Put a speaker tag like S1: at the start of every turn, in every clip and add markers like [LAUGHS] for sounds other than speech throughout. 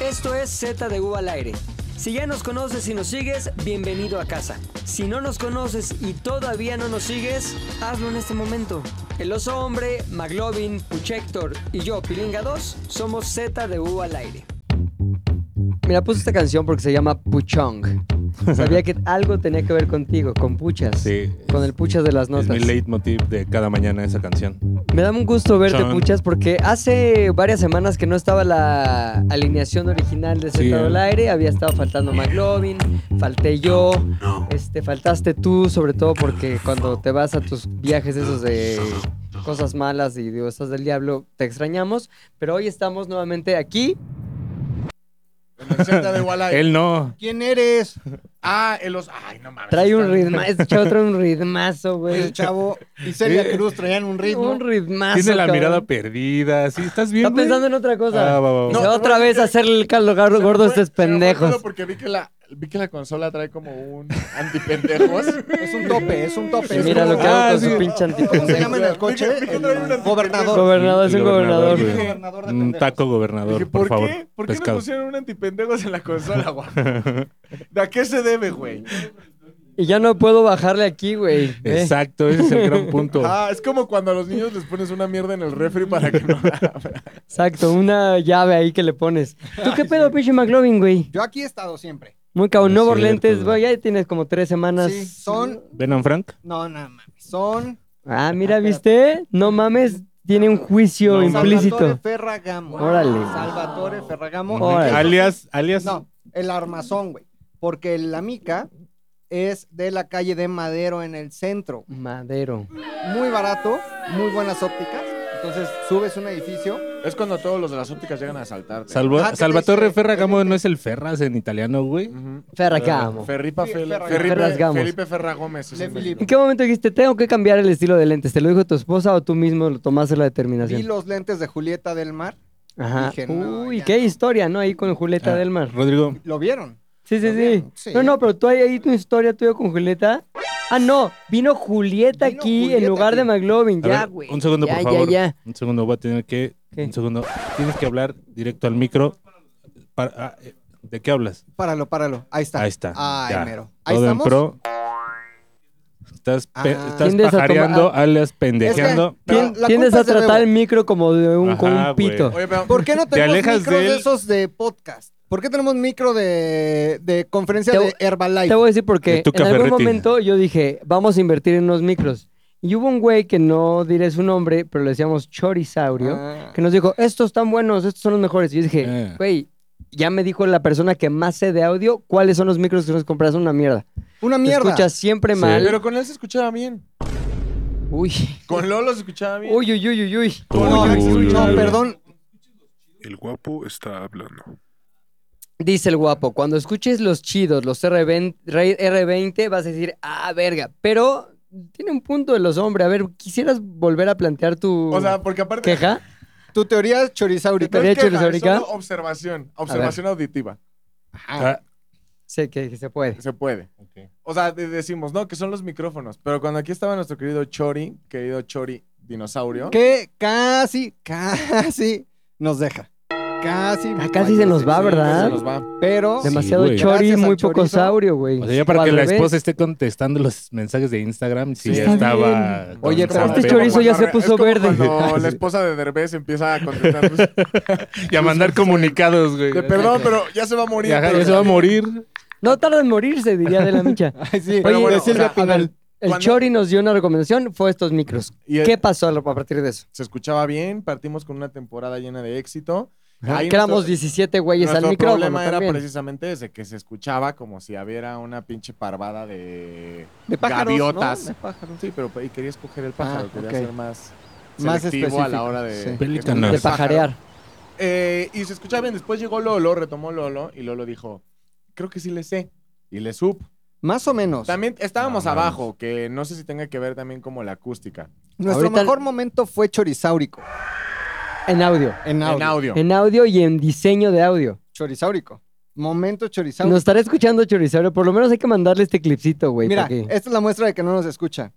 S1: Esto es Z de U al aire. Si ya nos conoces y nos sigues, bienvenido a casa. Si no nos conoces y todavía no nos sigues, hazlo en este momento. El oso hombre, Maglovin, Puchector y yo, Pilinga 2, somos Z de U al aire. Mira, puse esta canción porque se llama
S2: [LAUGHS]
S1: Puchong. Sabía que algo tenía que ver contigo, con puchas.
S2: Sí.
S1: Con el puchas de las
S2: Es
S1: notas.
S2: mi leitmotiv de cada mañana esa canción.
S1: Me da un gusto verte,
S2: Chan.
S1: Puchas, porque hace varias semanas que no estaba la alineación original de
S2: Sí,
S1: Z al
S2: eh.
S1: Aire. Había estado faltando McLovin, falté yo, este, faltaste tú, sobre todo porque cuando te vas a tus viajes esos de cosas malas y digo, estás del diablo, te extrañamos. Pero hoy estamos nuevamente aquí.
S3: En el Z de Gualay.
S2: Él no.
S3: ¿Quién eres? Ah, el os. Ay, no mames.
S1: Trae un
S3: Están-
S1: ritmo, este chavo trae un ritmazo,
S3: Oye,
S1: güey.
S3: chavo. Y Celia
S2: Eh,
S3: Cruz traían un ritmo.
S1: Un ritmazo.
S2: Tiene la
S1: Ah, cabrón.
S2: mirada perdida. Sí, estás bien.
S1: Está
S2: güey?
S1: pensando en otra cosa.
S2: Ah, va, va, va.
S1: Y
S3: No,
S1: se va
S3: te
S1: otra
S3: voy a-
S1: vez a hacerle el caldo gar-
S3: Se me
S1: gordo a
S3: fue-
S1: estos
S3: se me fue el
S1: pendejos.
S3: pedo Porque vi que la. Vi que la consola trae como un antipendejos.
S4: Es un tope, es un tope.
S1: Y
S4: es
S1: mira
S4: como-
S1: lo que
S2: Ah,
S1: hago con
S2: sí.
S1: su pinche
S4: ¿Cómo se
S1: antipendejo.
S4: llama en el coche?
S3: Vi que- vi que trae un
S4: El gobernador.
S1: Gobernador es un
S2: El
S1: gobernador.
S2: güey.
S4: güey. Gobernador de
S2: Un
S4: pendejos.
S2: taco gobernador,
S3: Dije,
S2: por,
S3: ¿por,
S2: favor.
S3: qué? ¿Por qué no
S2: Pescado.
S3: pusieron un antipendejos en la
S2: [LAUGHS]
S3: consola, güey? ¿De a qué se debe, güey?
S1: Y ya no puedo bajarle aquí, güey. ¿eh? Ve.
S2: Exacto, ese es el gran punto.
S3: Ah, es como cuando a los niños les pones una mierda en el refri para que no la abran.
S1: Exacto, una llave ahí que le pones. ¿Tú qué pedo, pinche McLovin, güey?
S4: Yo aquí he estado siempre.
S1: Muy cabrón,
S2: Es
S1: no
S2: cierto,
S1: borlentes,
S2: güey.
S1: güey. Ya tienes como tres semanas.
S4: Sí, son.
S2: ¿Ven a Frank?
S4: No, no mames. Son.
S1: Ah, mira, ¿viste? No mames, tiene un juicio
S2: No,
S1: implícito.
S4: Salvatore Ferragamo.
S1: Órale.
S4: Salvatore Ferragamo.
S1: Órale.
S2: Alias, alias.
S4: No, el armazón, güey. Porque la mica es de la calle de Madero en el centro.
S1: Madero.
S4: Muy barato, muy buenas ópticas. Entonces subes un edificio.
S3: Es cuando todos los de las ópticas llegan a asaltarte.
S2: Salvo-
S4: Ah, ¿qué te
S2: Salvatore
S4: dice?
S2: Ferragamo no es el Ferras en italiano, güey.
S1: Mm.
S3: Ujú.
S1: Ferragamo.
S3: Ferripa
S4: Sí,
S3: Fela-
S4: Ferragamo.
S3: Ferripe-
S1: Ferragamo.
S3: Felipe Ferra Gómez. es
S4: Le
S3: el
S4: Felipe.
S1: ¿En
S3: mexicano.
S1: qué momento dijiste, tengo que cambiar el estilo de lentes? ¿Te lo dijo tu esposa o tú mismo lo tomaste la
S4: Vi
S1: determinación?
S4: los lentes de Julieta del Mar.
S1: Ajá.
S4: dije, no,
S1: Uy,
S4: ya
S1: qué
S4: no.
S1: historia, ¿no? Ahí con Julieta
S2: Ah,
S1: del Mar.
S2: Rodrigo,
S4: ¿Lo vieron?
S1: Sí, sí,
S4: ¿Lo
S1: sí.
S4: vieron? Sí.
S1: No, no, pero tú ahí, ahí tu historia tuya con Julieta. Ah, no, vino Julieta
S4: Vino
S1: aquí en
S4: Julieta
S1: lugar de
S4: aquí.
S1: McLovin.
S2: A
S1: Ya,
S2: ver,
S1: güey.
S2: Un segundo,
S1: ya,
S2: por favor.
S1: Ya, ya,
S2: Un segundo, voy a tener que.
S1: ¿Qué?
S2: Un segundo. Tienes que hablar directo al micro. Para- ah, eh, ¿De qué hablas?
S4: Páralo, páralo. Ahí está.
S2: Ahí está.
S4: Ay,
S2: ya.
S4: mero. Ahí
S2: Todo
S4: estamos.
S2: en pro. Estás, pe-
S4: Ah.
S2: estás
S1: Tiendes a
S2: pajareando,
S1: tomar-
S2: alias pendejeando.
S4: Pero
S1: Tien-
S4: la culpa
S1: Tiendes a
S4: es de
S1: tratar el
S4: Bebo.
S1: micro como de un, con
S2: Ajá,
S1: un
S2: güey.
S1: pito.
S3: Oye, pero
S4: ¿Por
S2: [LAUGHS]
S4: qué no tenemos
S2: alejas
S4: micros
S2: de
S4: de,
S2: él.
S4: esos de podcast? ¿Por qué tenemos micro de, de conferencia
S1: Te voy-
S4: de Herbalife?
S1: Te voy a decir porque
S2: El Tuca
S1: en algún
S2: Ferretti.
S1: momento yo dije, vamos a invertir en unos micros. Y hubo un güey que no diré su nombre, pero le decíamos Chorisaurio,
S4: Ah.
S1: que nos dijo, estos están buenos, estos son los mejores. Y yo dije,
S2: Eh.
S1: güey, ya me dijo la persona que más sé de audio cuáles son los micros que nos compras, son una mierda.
S4: Una
S1: Te
S4: mierda.
S1: escuchas siempre
S2: Sí.
S1: mal.
S3: Pero con él se escuchaba bien.
S1: Uy.
S3: Con Lolo se escuchaba bien.
S1: Uy, uy, uy, uy, uy.
S4: No,
S2: Uy,
S4: Alex,
S2: uy,
S4: no,
S2: uy.
S4: perdón.
S5: El guapo está hablando.
S1: Dice el guapo, cuando escuches los chidos, los R20, re- R20, vas a decir, ah, verga. Pero tiene un punto de los hombres. A ver, ¿quisieras volver a plantear tu
S3: O sea, porque aparte.
S1: queja?
S4: Tu teoría es
S3: no es
S4: chorizaurica.
S1: Teoría
S3: queja, es
S1: chorizaurica.
S3: solo observación. Observación auditiva.
S2: Ah,
S1: Sé que, que se puede.
S3: Se puede. O sea, de- decimos, no, que son los micrófonos. Pero cuando aquí estaba nuestro querido Chori, querido Chori dinosaurio.
S4: Que casi, casi nos deja. Casi.
S1: Ah, casi se nos va,
S3: Sí,
S1: ¿verdad?
S3: se nos va.
S4: Pero.
S2: Sí.
S1: Demasiado
S2: güey.
S1: chori,
S4: Gracias al
S1: muy
S4: chorizo.
S1: poco saurio, güey.
S2: O sea, ya para
S1: O
S2: que
S1: al
S2: la
S1: revés.
S2: esposa esté contestando los mensajes de Instagram, si
S3: Sí,
S2: ya
S3: está
S2: estaba.
S1: bien.
S2: con
S4: Oye, pero
S2: San
S1: este
S2: Pedro.
S1: chorizo ya se
S3: Es
S1: puso
S3: como
S1: verde.
S2: [LAUGHS]
S3: Cuando la esposa de Derbez empieza a contestar. pues,
S2: Y a mandar comunicados, güey.
S3: de, perdón, pero ya se va a morir.
S2: Ya,
S3: pero-
S2: ya se va a morir.
S1: No tarda en morirse, diría de la micha.
S4: Ay, sí.
S3: [LAUGHS] Pero
S1: Oye,
S3: bueno,
S1: de Silvia
S3: o sea,
S1: Pinal.
S3: a ver,
S1: El
S3: Cuando-
S1: chori nos dio una recomendación, fue estos micros.
S3: y, eh,
S1: ¿Qué pasó a lo- a partir de eso?
S3: Se escuchaba bien, partimos con una temporada llena de éxito. Ahí
S1: que éramos
S3: nuestro-
S1: 17 güeyes al
S3: Nuestro
S1: micrófono
S3: problema era
S1: también.
S3: precisamente ese, que se escuchaba como si hubiera una pinche parvada de...
S4: De pájaros. ¿no?
S3: Gaviotas.
S4: De pájaros.
S3: Sí, pero y quería escoger el pájaro,
S4: Ah,
S3: quería
S4: ok.
S3: ser más
S4: Más
S3: selectivo a la
S4: específico,
S3: hora de...
S4: sí.
S2: Pelícanos.
S1: De pajarear.
S3: Eh, y se escuchaba bien, después llegó Lolo, retomó Lolo, y Lolo dijo, creo que sí le sé. Y le supo.
S4: Más o menos.
S3: También estábamos
S2: Pues, No, mames.
S3: abajo, que no sé si tenga que ver también como la acústica.
S4: Nuestro
S1: Ahorita-
S4: mejor momento fue chorizaurico.
S1: En audio.
S4: En audio.
S3: En audio.
S1: En audio y en diseño de audio.
S4: Chorizaurico. Momento chorizaurico.
S1: Nos estará escuchando Chorizaurio. Por lo menos hay que mandarle este clipcito, güey.
S4: Mira,
S1: porque-
S4: esta es la muestra de que no nos escucha.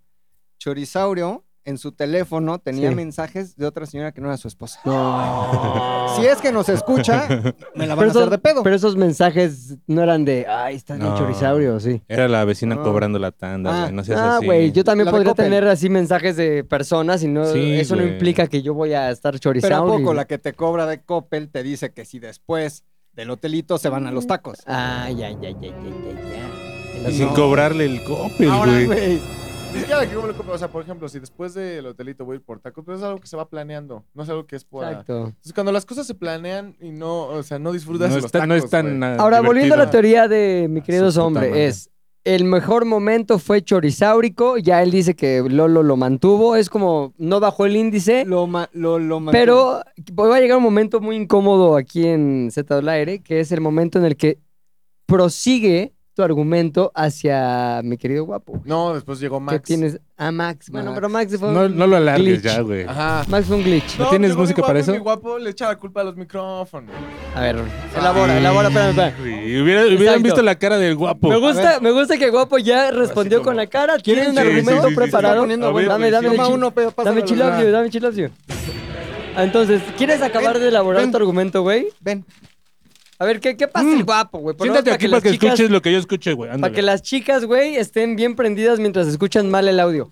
S4: Chorisaurio en su teléfono tenía
S1: Sí.
S4: mensajes de otra señora que no era su esposa.
S1: No.
S4: Si es que
S1: [LAUGHS]
S4: nos escucha, me la van
S1: Pero
S4: a hacer
S1: esos-
S4: de pedo.
S1: Pero esos mensajes no eran de, ay, estás bien
S2: No.
S1: chorizaurio, sí.
S2: Era la vecina
S4: Ah.
S2: cobrando la tanda,
S4: Ah,
S2: güey. No seas
S1: Ah,
S2: así.
S1: güey, yo también
S4: La de
S1: podría
S4: Coppel.
S1: tener así mensajes de personas y no,
S2: Sí,
S1: eso no
S2: güey.
S1: implica que yo voy a estar
S4: Pero a
S1: chorizaurio.
S4: poco la que te cobra de Coppel te dice que si después del hotelito se van a
S1: Mm,
S4: los tacos.
S1: Ay, ay, ay, ay, ay, ay, ay.
S2: Y sin
S1: No.
S2: cobrarle el copel,
S4: Ahora,
S2: güey.
S4: güey.
S3: Ni siquiera que como lo compro. O sea, por ejemplo, si después del hotelito voy a ir por tacos, pues es algo que se va planeando. No es algo que es por.
S1: Exacto.
S3: Entonces, cuando las cosas se planean y no, o sea, no
S2: No
S3: disfrutas los
S2: está,
S3: tacos.
S2: no es tan,
S3: güey.
S2: ah,
S1: Ahora, volviendo a la
S2: divertido.
S1: teoría de mi
S2: Ah,
S1: querido
S2: su puta
S1: hombre,
S2: madre.
S1: es el mejor momento fue chorizáurico, ya él dice que Lolo lo mantuvo, es como no bajó el índice,
S4: Lo, ma- lo, lo mantuvo.
S1: pero va a llegar un momento muy incómodo aquí en Z del Aire, que es el momento en el que prosigue tu argumento hacia mi querido guapo.
S3: No, después llegó
S1: Que
S3: Max.
S1: tienes a Max. Bueno,
S4: Max.
S1: pero Max fue
S2: No,
S1: un
S2: no lo
S1: glitch.
S2: alargues ya, güey.
S3: Ajá.
S1: Max fue un glitch.
S2: ¿No tienes
S3: llegó mi
S2: música
S3: guapo
S2: para
S3: y
S2: eso?
S3: Mi guapo le echa la culpa a los micrófonos.
S1: A ver, elabora, elabora, espérame, espérame.
S2: Y hubiera- hubieran
S1: Exacto.
S2: visto la cara del guapo.
S1: Me gusta, me gusta que Guapo ya respondió
S3: como-
S1: con la cara. Tiene un
S2: Sí, sí,
S1: argumento
S2: sí, sí,
S1: preparado.
S2: sí. A ver,
S1: dame,
S2: güey,
S1: dame,
S2: sí.
S1: el
S4: Toma
S1: chi-
S4: uno, pero pásame
S1: dame
S4: la
S1: chill
S4: verdad.
S1: audio, dame chill audio. Entonces, ¿quieres acabar de elaborar
S4: ven.
S1: tu argumento, güey?
S4: Ven.
S1: A ver, ¿qué, qué pasa el guapo, güey? Por lo menos
S2: Mm. Siéntate aquí para que,
S1: las chicas-
S2: escuches lo que yo escuché, güey.
S1: Para
S2: Ándale.
S1: que las chicas, güey, estén bien prendidas mientras escuchan mal el audio.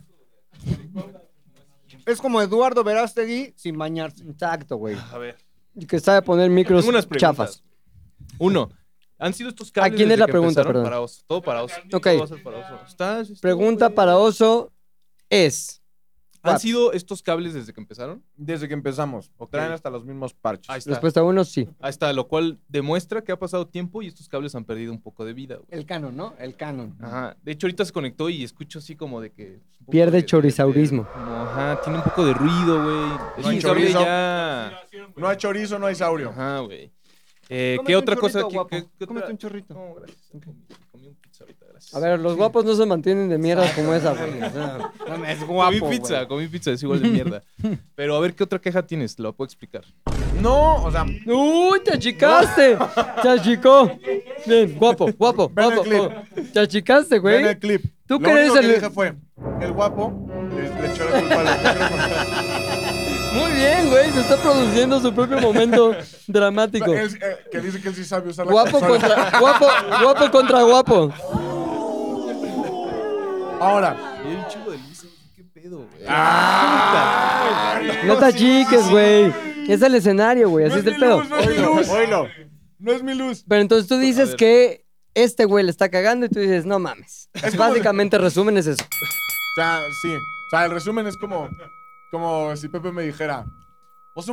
S4: Es como Eduardo Verástegui sin bañarse.
S1: Exacto, güey.
S6: A ver.
S1: Que sabe poner micros
S6: Tengo unas
S1: chafas.
S6: preguntas. Uno. ¿Han sido estos cables
S1: ¿A quién es
S6: desde
S1: la
S6: que
S1: pregunta,
S6: empezaron?
S1: perdón?
S6: Para oso. Todo para oso.
S1: Ok.
S6: Todo va a ser para oso. Está- está-
S1: Pregunta para Oso es...
S6: ¿Han
S1: Guaps.
S6: sido estos cables desde que empezaron?
S3: Desde que empezamos. Traen hasta los mismos parches.
S6: Ahí está.
S1: Respuesta uno, sí.
S6: Ahí está, lo cual demuestra que ha pasado tiempo y estos cables han perdido un poco de vida, güey.
S4: El canon, ¿no? El canon.
S6: Ajá. De hecho, ahorita se conectó y escucho así como de que. un poco
S1: Pierde
S6: de- de- de-
S1: chorizaurismo.
S6: como, ajá, tiene un poco de ruido, güey. Es
S3: hay
S6: un cable
S3: chorizo.
S6: ya.
S3: No hay chorizo, no hay saurio.
S6: Ajá, güey. Eh,
S4: Cómete
S6: ¿Qué
S4: un
S6: otra cosa?
S4: chorrito,
S6: ¿Qué-
S4: guapo.
S6: qué- qué
S4: Cómete
S6: otra-
S4: un chorrito.
S6: No, gracias. Comí, comí un pizza ahorita, gracias.
S1: A ver, los guapos no se mantienen de mierda como esa, güey. O sea,
S4: No, Es guapo.
S6: comí pizza,
S4: güey.
S6: comí pizza, es igual de [LAUGHS] mierda. Pero a ver, ¿qué otra queja tienes? Lo puedo explicar.
S3: No, o sea,
S1: ¡Uy, te
S3: [LAUGHS]
S1: achicaste! ¡Te achicó! Bien, guapo, guapo,
S3: Ven el
S1: guapo.
S3: clip.
S1: guapo. Te achicaste,
S3: ve en
S1: güey.
S3: el clip.
S1: ¿Tú
S3: Lo
S1: crees
S3: único que
S1: el-
S3: dije fue, el guapo le, le echó la culpa a los micrófonos.
S1: Muy bien, güey. Se está produciendo su propio
S3: [LAUGHS]
S1: momento dramático.
S3: Él, eh, que dice que él sí sabe usar la
S1: Guapo
S3: consola. [LAUGHS]
S1: contra guapo, guapo contra guapo.
S3: Ahora,
S6: Y hay un chingo de luz. ¿Qué pedo, güey?
S1: No te achiques, güey. Es el escenario, güey. Así
S3: no
S1: es
S3: es
S1: el
S3: mi
S1: pedo.
S3: luz, no es mi luz. No es mi luz.
S1: Pero entonces tú dices
S6: ver.
S1: que este güey le está cagando y tú dices, no mames. Básicamente resumen es eso.
S3: O sea, sí. O sea, el resumen es como, como si Pepe me dijera,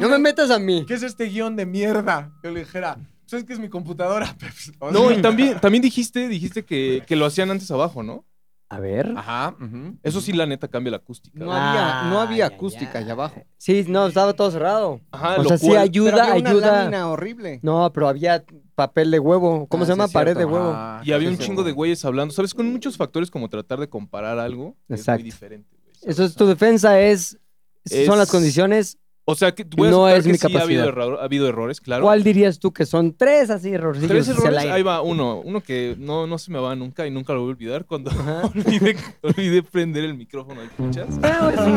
S1: No me metas a mí.
S3: ¿qué es este guión de mierda? Yo le dijera, ¿sabes que es mi computadora, [LAUGHS] Pepe? O sea,
S6: No, [LAUGHS] y también, también dijiste, dijiste que, que lo hacían antes abajo, ¿no?
S1: A ver.
S3: Ajá, ujú.
S6: Eso sí, la neta, cambia la acústica.
S4: No
S6: güey.
S1: Ah,
S4: había, no había
S1: ya,
S4: acústica
S1: ya.
S4: allá abajo.
S1: Sí, no, estaba todo cerrado.
S6: Ajá,
S1: O
S6: lo
S1: sea, sí
S6: cual-
S4: Pero
S1: ayuda,
S4: había una
S1: ayuda.
S4: lámina horrible.
S1: No, pero había papel de huevo. ¿Cómo
S4: Ah,
S1: se
S4: sí
S1: llama?
S4: es
S1: Pared de
S4: cierto.
S1: huevo.
S3: Ah,
S6: Y había
S3: sí,
S6: un
S3: sí.
S6: chingo de güeyes hablando, ¿sabes? Con muchos factores como tratar de comparar algo
S1: Exacto.
S6: es muy diferente, güey. ¿sabes?
S1: Eso es tu defensa, es, son
S6: Es-
S1: las condiciones.
S6: O sea, que voy a
S1: No
S6: aceptar
S1: es
S6: que
S1: mi
S6: sí ha habido,
S1: capacidad.
S6: erro- ha habido errores, claro.
S1: ¿Cuál dirías tú que son tres así errores?
S6: Tres
S1: [LAUGHS]
S6: errores, ahí va uno, uno que no, no se me va nunca y nunca lo voy a olvidar cuando [LAUGHS] olvidé, olvidé prender el micrófono, ¿escuchas?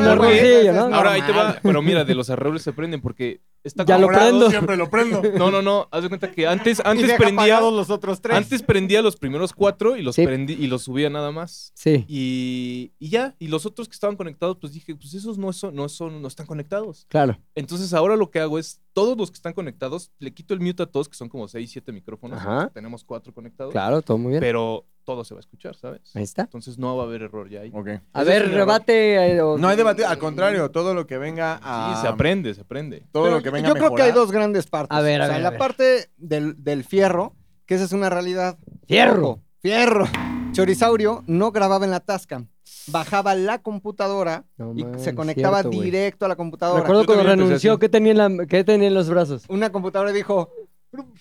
S6: Ahora ahí te va, pero mira, de los errores se prenden porque está
S1: Ya lo
S6: comprado.
S1: prendo.
S3: Siempre lo prendo.
S6: No, no, no, haz de cuenta
S1: [LAUGHS]
S6: que antes,
S4: Y
S6: antes
S4: deja
S6: prendía,
S4: apagados los otros tres.
S6: antes prendía los primeros cuatro y los
S1: Sí.
S6: prendí y los subía nada más.
S1: Sí,
S6: Y, y ya, y los otros que estaban conectados, pues dije, pues esos no son, no son, no están conectados.
S1: claro.
S6: Entonces ahora lo que hago es, todos los que están conectados, le quito el mute a todos, que son como 6, 7 micrófonos,
S1: Ajá.
S6: tenemos cuatro conectados,
S1: Claro, todo muy bien.
S6: pero todo se va a escuchar, ¿sabes?
S1: ahí está.
S6: Entonces no va a haber error ya ahí.
S3: Ok.
S1: A ver, rebate. eh, o-
S3: No hay debate, al contrario, todo lo que venga a...
S6: Sí, se aprende, se aprende.
S3: Todo
S4: Pero
S3: lo que venga
S4: yo
S3: a
S4: creo que hay
S3: mejorar.
S4: dos grandes partes.
S1: A ver, a
S4: O sea,
S1: ver, a
S4: la
S1: ver.
S4: parte del, del fierro, que esa es una realidad.
S1: ¡Fierro!
S4: Fierro. Chorizaurio no grababa en la Tascam. Bajaba la computadora
S1: No
S4: y
S1: man,
S4: se conectaba
S1: cierto, güey.
S4: directo a la computadora.
S1: Recuerdo
S6: Yo
S1: cuando
S6: también empecé
S1: renunció,
S6: así.
S1: ¿qué tenía, en la- qué tenía en los brazos?
S4: Una computadora dijo,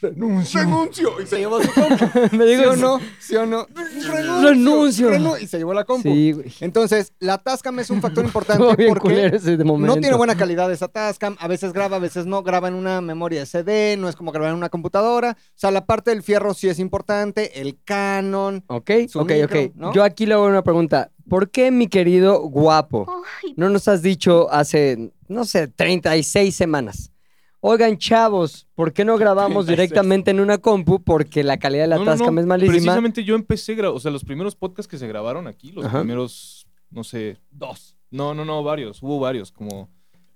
S4: renuncio.
S7: ¡Renuncio! Y se llevó su
S4: [LAUGHS] Me digo, ¿Sí o no? ¿Sí o no? Renuncio.
S1: Renuncio.
S4: Renu- y se llevó la compu.
S1: Sí,
S4: [LAUGHS]
S1: güey.
S4: Entonces, la Tascam es un
S1: [LAUGHS]
S4: factor importante
S1: Estuvo bien
S4: porque
S1: culero ese de momento.
S4: no tiene buena calidad esa Tascam. A veces graba, a veces no. Graba en una memoria de CD, no es como grabar en una computadora. O sea, la parte del fierro sí es importante. El Canon.
S1: Ok,
S4: Su
S1: ok,
S4: micro,
S1: ok.
S4: ¿no?
S1: Yo aquí le hago una pregunta. ¿Por qué, mi querido guapo, no nos has dicho hace, no sé, 36 semanas? Oigan, chavos, ¿por qué no grabamos
S6: 36.
S1: directamente en una compu? Porque la calidad de la
S6: No, no,
S1: tasca
S6: no.
S1: es malísima.
S6: Precisamente yo empecé, gra- o sea, los primeros podcasts que se grabaron aquí, los
S1: Ajá.
S6: primeros, no sé, dos. No, no, no, varios. Hubo varios, como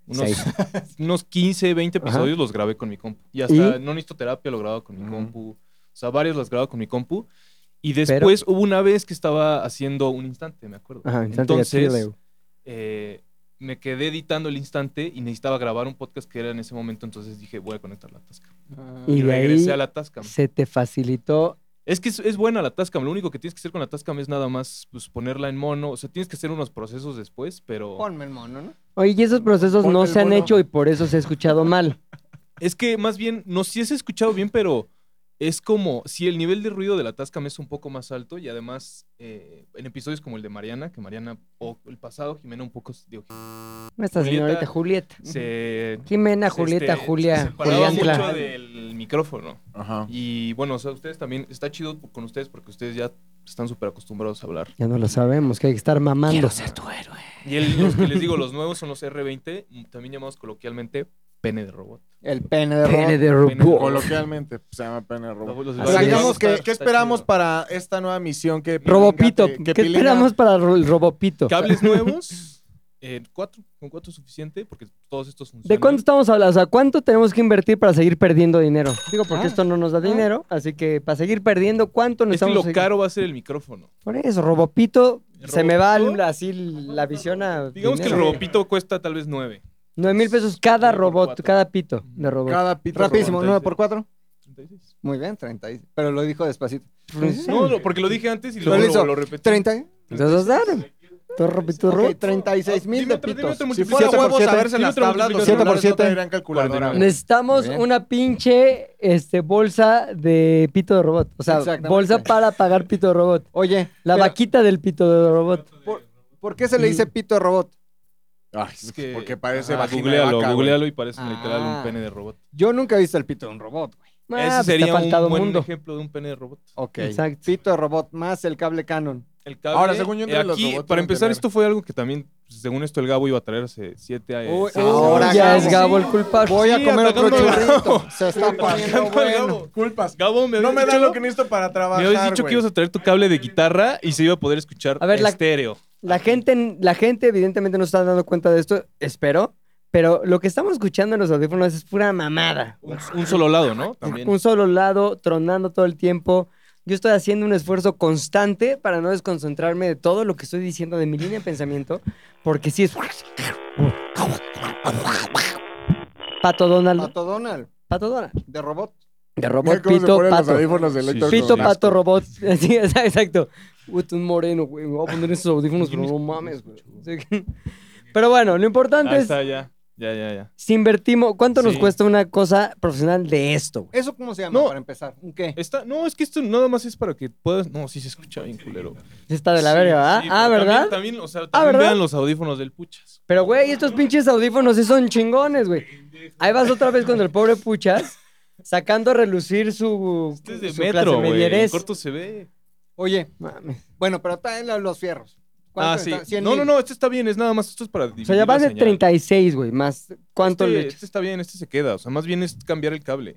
S6: unos,
S1: Seis.
S6: [LAUGHS] unos 15, 20 episodios los grabé con mi compu. Y hasta
S1: ¿Y?
S6: No Necesito Terapia lo grababa con mi
S3: Ujú.
S6: compu. O sea, varios los grababa con mi compu. Y después hubo una vez que estaba haciendo un instante, me acuerdo.
S1: Ajá, instante y
S6: Entonces,
S1: gatillo, Leo.
S6: eh, me quedé editando el instante y necesitaba grabar un podcast que era en ese momento, entonces dije, voy a conectar la Tascam.
S1: Y
S6: Y
S1: de
S6: regresé
S1: ahí
S6: a la Tascam.
S1: se te facilitó.
S6: Es que es, es buena la Tascam. Lo único que tienes que hacer con la Tascam es nada más pues, ponerla en mono. O sea, tienes que hacer unos procesos después, pero.
S4: Ponme el mono, ¿no?
S1: Oye, y esos procesos
S3: Ponte
S1: no
S3: el
S1: se han
S3: bono.
S1: hecho y por eso se ha escuchado mal.
S6: Es que más bien, no sé si has escuchado bien, pero es como si el nivel de ruido de la Tascam es un poco más alto y además eh, en episodios como el de Mariana, que Mariana, o el pasado, Jimena un poco. digo,
S1: Esta
S6: Julieta-
S1: señorita Julieta.
S6: se.
S1: Jimena,
S6: se,
S1: Julieta,
S6: este, Se
S1: Julia,
S6: separaba mucho
S1: Julián.
S6: del micrófono.
S3: Ajá.
S6: Y bueno, o sea, ustedes también. Está chido con ustedes porque ustedes ya están súper acostumbrados a hablar.
S1: Ya no lo sabemos, que hay que estar mamando.
S6: Y el- los que les digo, los nuevos son los R20, mm, también llamados coloquialmente pene de robot.
S4: El pene de
S1: Pene
S4: Ron.
S1: de
S6: Pene de
S1: robot.
S3: Coloquialmente pues, se llama pene robot.
S6: Los- los-
S1: Así
S3: O sea,
S1: es.
S3: digamos que,
S6: Está-
S3: ¿qué
S6: está
S3: esperamos
S6: chido.
S3: para esta nueva misión que Pilinga
S1: Robopito.
S3: te-
S1: ¿Qué
S3: que Pilinga-
S1: esperamos para ro- el Robopito? [LAUGHS]
S6: Cables nuevos, eh, cuatro, con cuatro es suficiente porque todos estos funcionan.
S1: ¿De cuánto estamos hablando? O sea, ¿cuánto tenemos que invertir para seguir perdiendo dinero? Digo, porque esto no nos da dinero, así que para seguir perdiendo, ¿cuánto nos
S6: Es que
S1: estamos...
S6: lo
S1: segui-
S6: caro va a ser el micrófono.
S1: Por eso, Robopito,
S6: ¿El
S1: se me va
S6: Robopito?
S1: así la visión a...
S6: Digamos que el
S1: dinero.
S6: robopito cuesta tal vez nueve.
S1: 9 mil pesos cada
S6: Sí, por
S1: robot,
S6: cuatro.
S1: cada pito de robot.
S3: Cada pito
S4: Rapidísimo,
S6: Ron.
S4: 9 por 4
S6: 36.
S4: Muy bien, 30. y- Pero lo dijo despacito.
S6: No, lo- porque lo dije antes y
S4: Pero
S6: luego
S4: lo
S6: lo,
S4: hizo.
S6: lo repetí.
S4: 30.
S1: Entonces, dale. Tu robito,
S4: Ok,
S1: robot.
S4: 36 mil
S6: Ah, Dime
S4: de
S6: otro- dime
S4: pitos.
S6: otro
S3: Si
S6: multiplicador.
S3: fuera
S4: Siete por
S3: huevo
S4: siete.
S3: saberse
S6: Dime
S3: las
S6: otro
S3: tablas, los
S6: multiplicador.
S3: celulares no
S4: Siete por
S3: traerían calculadora.
S6: Cuarenta y
S1: Necesitamos
S4: Muy bien.
S1: una pinche este, bolsa de pito de robot. O sea,
S4: Exactamente.
S1: bolsa para pagar pito de robot.
S4: Oye,
S1: La
S4: pero,
S1: vaquita del pito de robot.
S4: ¿por qué se le dice pito de robot?
S3: Ay,
S6: Es que-
S3: porque parece
S6: Ajá,
S3: vagina de
S6: Ah, googlealo,
S3: vaca, güey. [LAUGHS]
S6: googlealo y parece
S4: Ah.
S6: literal un pene de robot.
S4: Yo nunca he visto el pito de un robot, güey.
S1: Ah,
S6: Ese
S1: pues, te ha
S6: sería
S1: faltado
S6: un buen
S1: mundo.
S6: ejemplo de un pene de robot.
S4: Ok.
S1: Exacto.
S4: Pito de robot más el cable Canon.
S6: El cable,
S3: Ahora, según yo,
S6: eh,
S3: entre los
S6: aquí,
S3: robots
S6: para
S3: deben
S6: empezar,
S3: tener-
S6: esto fue algo que también, pues, según esto, el Gabo iba a traer hace siete años.
S4: Uy,
S6: Sí,
S4: ahora
S6: sí,
S1: ya
S4: Gabo.
S1: es Gabo el culpable.
S4: Voy a
S6: Sí,
S4: comer otro
S6: atacando al Gabo.
S4: churrito. Se está poniendo
S6: Atacando al
S4: bueno.
S6: Gabo.
S3: Culpas.
S6: Gabo, me
S3: No
S6: habías
S3: me da
S6: dicho-
S3: lo que necesito para trabajar.
S6: Me habías dicho
S3: güey.
S6: que ibas a traer tu cable de guitarra y se iba a poder escuchar
S1: A ver, la-
S6: estéreo.
S1: La gente, la gente evidentemente no está dando cuenta de esto, espero, pero lo que estamos escuchando en los audífonos es pura mamada.
S6: Un, un solo lado, ¿no? También.
S1: Un solo lado, tronando todo el tiempo. Yo estoy haciendo un esfuerzo constante para no desconcentrarme de todo lo que estoy diciendo de mi línea de pensamiento, porque sí es... Pato Donald.
S4: Pato Donald,
S1: Pato Donald.
S4: de robot.
S1: De
S3: Mira
S1: robot,
S3: cómo se
S1: pito,
S3: ponen los
S1: pato.
S3: audífonos de
S6: Sí,
S3: Héctor
S6: sí.
S1: Pito
S3: Corona.
S1: pato robot. [LAUGHS] Sí, exa- exacto. Uy, tú un moreno, güey. Me voy a poner esos audífonos, pero no mames, güey. Sí [LAUGHS] que- Pero bueno, lo importante
S6: Ahí
S1: es
S6: está, ya. Ya, ya, ya.
S1: si invertimos. ¿Cuánto nos
S6: Sí.
S1: cuesta una cosa profesional de esto, güey?
S4: ¿Eso cómo se llama
S6: No.
S4: para empezar? ¿Un qué?
S6: Está, no, es que esto nada más es para que puedas. No, sí se escucha bien culero.
S1: Está de la
S6: Sí,
S1: verga, ¿verdad?
S6: sí,
S1: ah,
S6: pero
S1: ¿verdad?
S6: También, también, o sea, también
S1: ¿verdad?
S6: vean los audífonos del Puchas.
S1: Pero, güey, estos pinches audífonos sí son chingones, güey. Ahí vas otra vez con el pobre Puchas, sacando a relucir su,
S6: Este es de
S1: su
S6: metro, güey. En
S1: medierez.
S6: corto se ve.
S4: Oye,
S1: Mames.
S4: bueno, pero traen la- los fierros. ¿Cuánto
S6: Ah, sí.
S4: está? ¿Cien
S6: No,
S4: mil?
S6: no, no, este está bien, es nada más, esto es para
S1: O sea, ya van de 36, güey, más. ¿Cuánto
S6: este,
S1: le echas?
S6: este está bien, este se queda. O sea, más bien es cambiar el cable.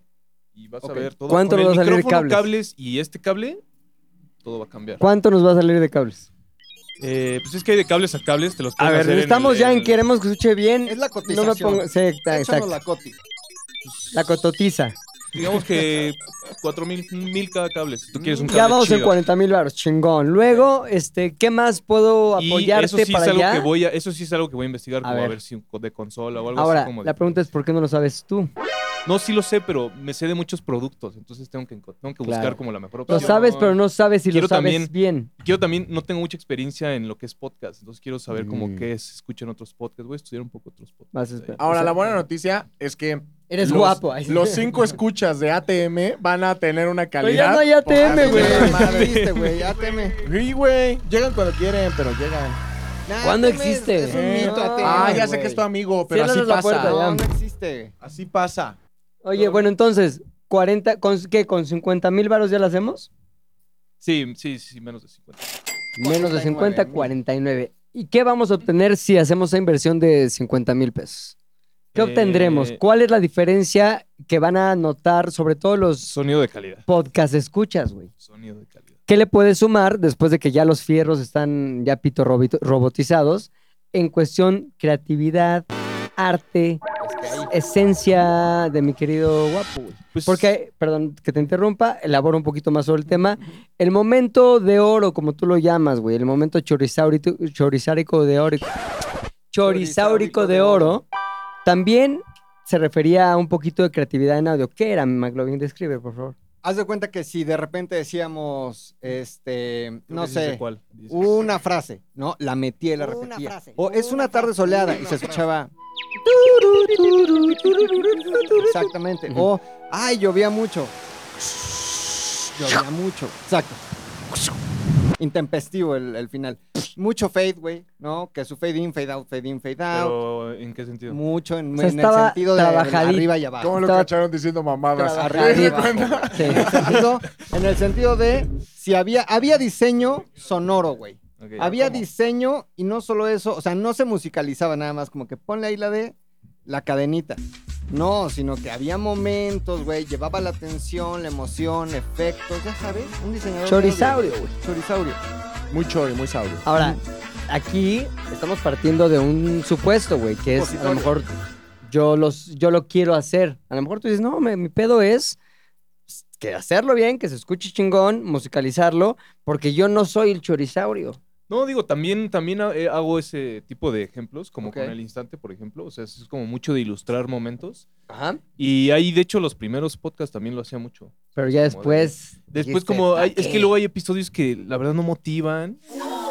S6: Y vas
S4: Ok.
S6: a ver todo.
S1: ¿Cuánto
S6: Con
S1: nos
S6: el
S1: va a salir
S6: micrófono,
S1: cables?
S6: y este cable, todo va a cambiar.
S1: ¿Cuánto nos va a salir de cables?
S6: Eh, pues es que hay de cables a cables, te los
S1: A
S6: pueden
S1: ver,
S6: hacer en
S1: estamos
S6: el-
S1: ya
S6: el-
S1: en queremos que escuche bien.
S4: Es la
S1: No
S4: cotización.
S1: me pongo. Sí, está-
S4: Échanos
S1: exacto.
S4: la coti.
S1: La cototiza.
S6: Digamos que 4 mil, mil cada cable. Si tú quieres un cable
S1: Ya vamos en
S6: chido.
S1: 40 mil baros, chingón. Luego, este, ¿qué más puedo
S6: Y
S1: apoyarte
S6: eso sí
S1: para
S6: es algo
S1: allá?
S6: que voy a, eso sí es algo que voy a investigar,
S1: A
S6: como a
S1: ver.
S6: ver si un co- de consola o algo
S1: Ahora,
S6: así como de-
S1: la pregunta es ¿por qué no lo sabes tú?
S6: No, sí lo sé, pero me sé de muchos productos, entonces tengo que, enco- tengo que buscar
S1: Claro.
S6: como la mejor opción.
S1: Lo sabes, pero no sabes si lo
S6: Quiero
S1: sabes
S6: también-
S1: bien.
S6: Quiero también, no tengo mucha experiencia en lo que es podcast, entonces quiero
S4: Mm.
S6: saber como qué se escucha en otros podcasts. Voy a estudiar un poco otros podcasts.
S1: Vas a
S6: ahí.
S1: esperar.
S3: Ahora,
S1: O sea,
S3: la buena noticia es que
S1: Eres
S3: los-
S1: guapo. Ay, sí.
S3: Los cinco escuchas de ATM van a tener una
S1: Pero
S3: calidad.
S1: ya no hay ATM, güey. [LAUGHS]
S3: Así de
S4: Madre,
S3: madre.
S4: viste, güey, ATM.
S3: Sí, güey. Llegan cuando quieren, pero llegan.
S4: Nah,
S1: ¿Cuándo
S4: ATM es-
S1: existe?
S4: Es un
S3: Eh,
S4: mito, ATM.
S3: Ah, ya sé
S4: güey.
S3: que es tu amigo, pero
S1: Ciérrales
S3: así
S1: la
S3: pasa.
S1: puerta, ya.
S4: No, no existe.
S3: Así pasa.
S1: [LAUGHS] Oye, bueno, entonces, 40, ¿con, ¿qué? ¿Con 50 mil varos ya la hacemos?
S6: Sí, sí, sí, menos de 50.
S1: Menos de 50,
S4: 49,000.
S1: 49. ¿Y qué vamos a obtener si hacemos esa inversión de 50 mil pesos? ¿Qué
S6: Eh,
S1: obtendremos? ¿Cuál es la diferencia que van a notar, sobre todo los
S6: Sonido de calidad.
S1: podcast escuchas, güey?
S6: Sonido de calidad.
S1: ¿Qué le puedes sumar después de que ya los fierros están ya pito robito- robotizados en cuestión creatividad, arte, esencia de mi querido guapo? güey?
S6: Pues,
S1: Porque, perdón que te interrumpa, elaboro un poquito más sobre el tema. El momento de oro, como tú lo llamas, güey, el momento chorizaurito- chorizárico de oro. Chorizáurico de oro, también se refería a un poquito de creatividad en audio. ¿Qué era, McLovin? Describe, por favor.
S4: Haz de cuenta que si de repente decíamos, este,
S6: creo
S4: no
S6: que sí
S4: sé,
S6: cuál. Dices-
S4: una frase, ¿no? La metía y la repetía. O es una tarde soleada y se escuchaba. Exactamente. O, ay, llovía mucho. Llovía mucho. Exacto. Intempestivo el, el final. Mucho fade, güey, ¿no? Que su fade in, fade out, fade in, fade out.
S6: Pero, ¿en qué sentido?
S4: Mucho en,
S1: O sea,
S4: en el
S1: estaba
S4: sentido de
S1: trabajadito.
S4: arriba y abajo.
S3: ¿Cómo lo
S1: Estaba-
S3: cacharon diciendo mamadas?
S4: Arriba y abajo.
S1: [LAUGHS] Sí.
S4: En el sentido- en el sentido de si había, había diseño sonoro, güey.
S6: Ok,
S4: Había
S6: ¿cómo?
S4: diseño y no solo eso, o sea, no se musicalizaba nada más, como que ponle ahí la de la cadenita. No, sino que había momentos, güey, llevaba la atención, la emoción, efectos, ya sabes, un diseñador. de
S1: Chorisaurio,
S4: audio.
S1: güey.
S4: Chorisaurio.
S3: Muy chori, muy sabio.
S1: Ahora, aquí estamos partiendo de un supuesto, güey, que es a lo
S4: Supositorio.
S1: mejor yo, los, yo lo quiero hacer. A lo mejor tú dices, no, me- mi pedo es pues, que hacerlo bien, que se escuche chingón, musicalizarlo, porque yo no soy el chorisaurio.
S6: No, digo, también, también ha- eh, hago ese tipo de ejemplos, como
S1: Ok.
S6: con el instante, por ejemplo. O sea, es como mucho de ilustrar momentos.
S1: Ajá.
S6: Y ahí, de hecho, los primeros podcasts también lo hacía mucho.
S1: Pero ya
S6: Como
S1: después.
S6: Después,
S4: este
S1: dijiste,
S6: como,
S1: "¿Pa
S6: hay- es
S1: qué?
S6: que luego hay episodios que la verdad no motivan.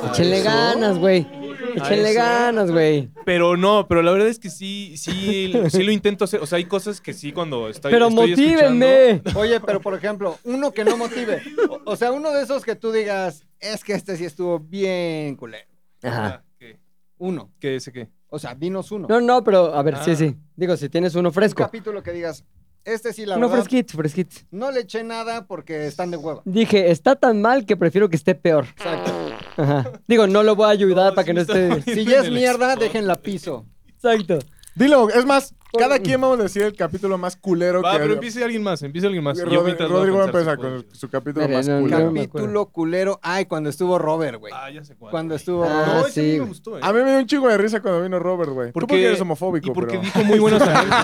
S6: a
S1: Échenle
S6: eso.
S1: ganas, güey. Échenle
S6: eso.
S1: ganas, güey.
S6: Pero no, pero la verdad es que sí, sí, sí lo intento hacer. O sea, hay cosas que sí cuando estoy.
S1: Pero
S6: estoy [LAUGHS]
S1: motívenme.
S4: Oye, pero por ejemplo, uno que no motive. O- O sea, uno de esos que tú digas, es que este sí estuvo bien culero.
S1: Ajá.
S6: escuchando- ¿Qué?
S4: Uno.
S6: ¿Qué ese qué?
S4: O sea, dinos uno.
S1: No, no, pero a ver, sí,
S6: Ah.
S1: sí. Digo, si tienes uno
S4: Un
S1: fresco.
S4: capítulo que digas, este sí la
S1: Uno
S4: verdad.
S1: fresquito, fresquito.
S4: No le eché nada porque están de hueva.
S1: Dije, está tan mal que prefiero que esté peor.
S4: Exacto.
S1: Ajá. Digo, no lo voy a ayudar
S6: No,
S1: para
S6: sí
S1: que no
S6: está
S1: esté.
S6: mal.
S4: Si ya es
S6: Del
S4: mierda,
S6: expo.
S4: déjenla piso.
S1: Exacto.
S3: Dilo, es más, cada quien vamos a decir el capítulo más culero
S6: Va,
S3: que
S6: pero empiece alguien más, empiece alguien más.
S3: Rod-
S6: Yo mientras voy
S3: Rodrigo va a
S6: pensar
S3: empezar
S6: si
S3: con
S6: puedo.
S3: su capítulo
S1: Mira,
S3: más
S1: no, no,
S3: culero.
S1: no. me
S4: Capítulo culero. Ay, cuando estuvo Robert, güey.
S6: Ah, ya sé cuál.
S4: Cuando
S6: güey.
S4: estuvo
S1: Ah,
S6: No,
S4: Robert.
S6: ese sí
S1: sí,
S6: me
S1: güey.
S6: gustó, eh.
S3: A mí me dio un chingo de risa cuando vino Robert, güey. ¿Por
S6: Porque-
S3: qué eres
S6: Y
S3: homofóbico,
S6: porque
S3: pero-
S6: dijo
S3: [LAUGHS]
S6: muy buenas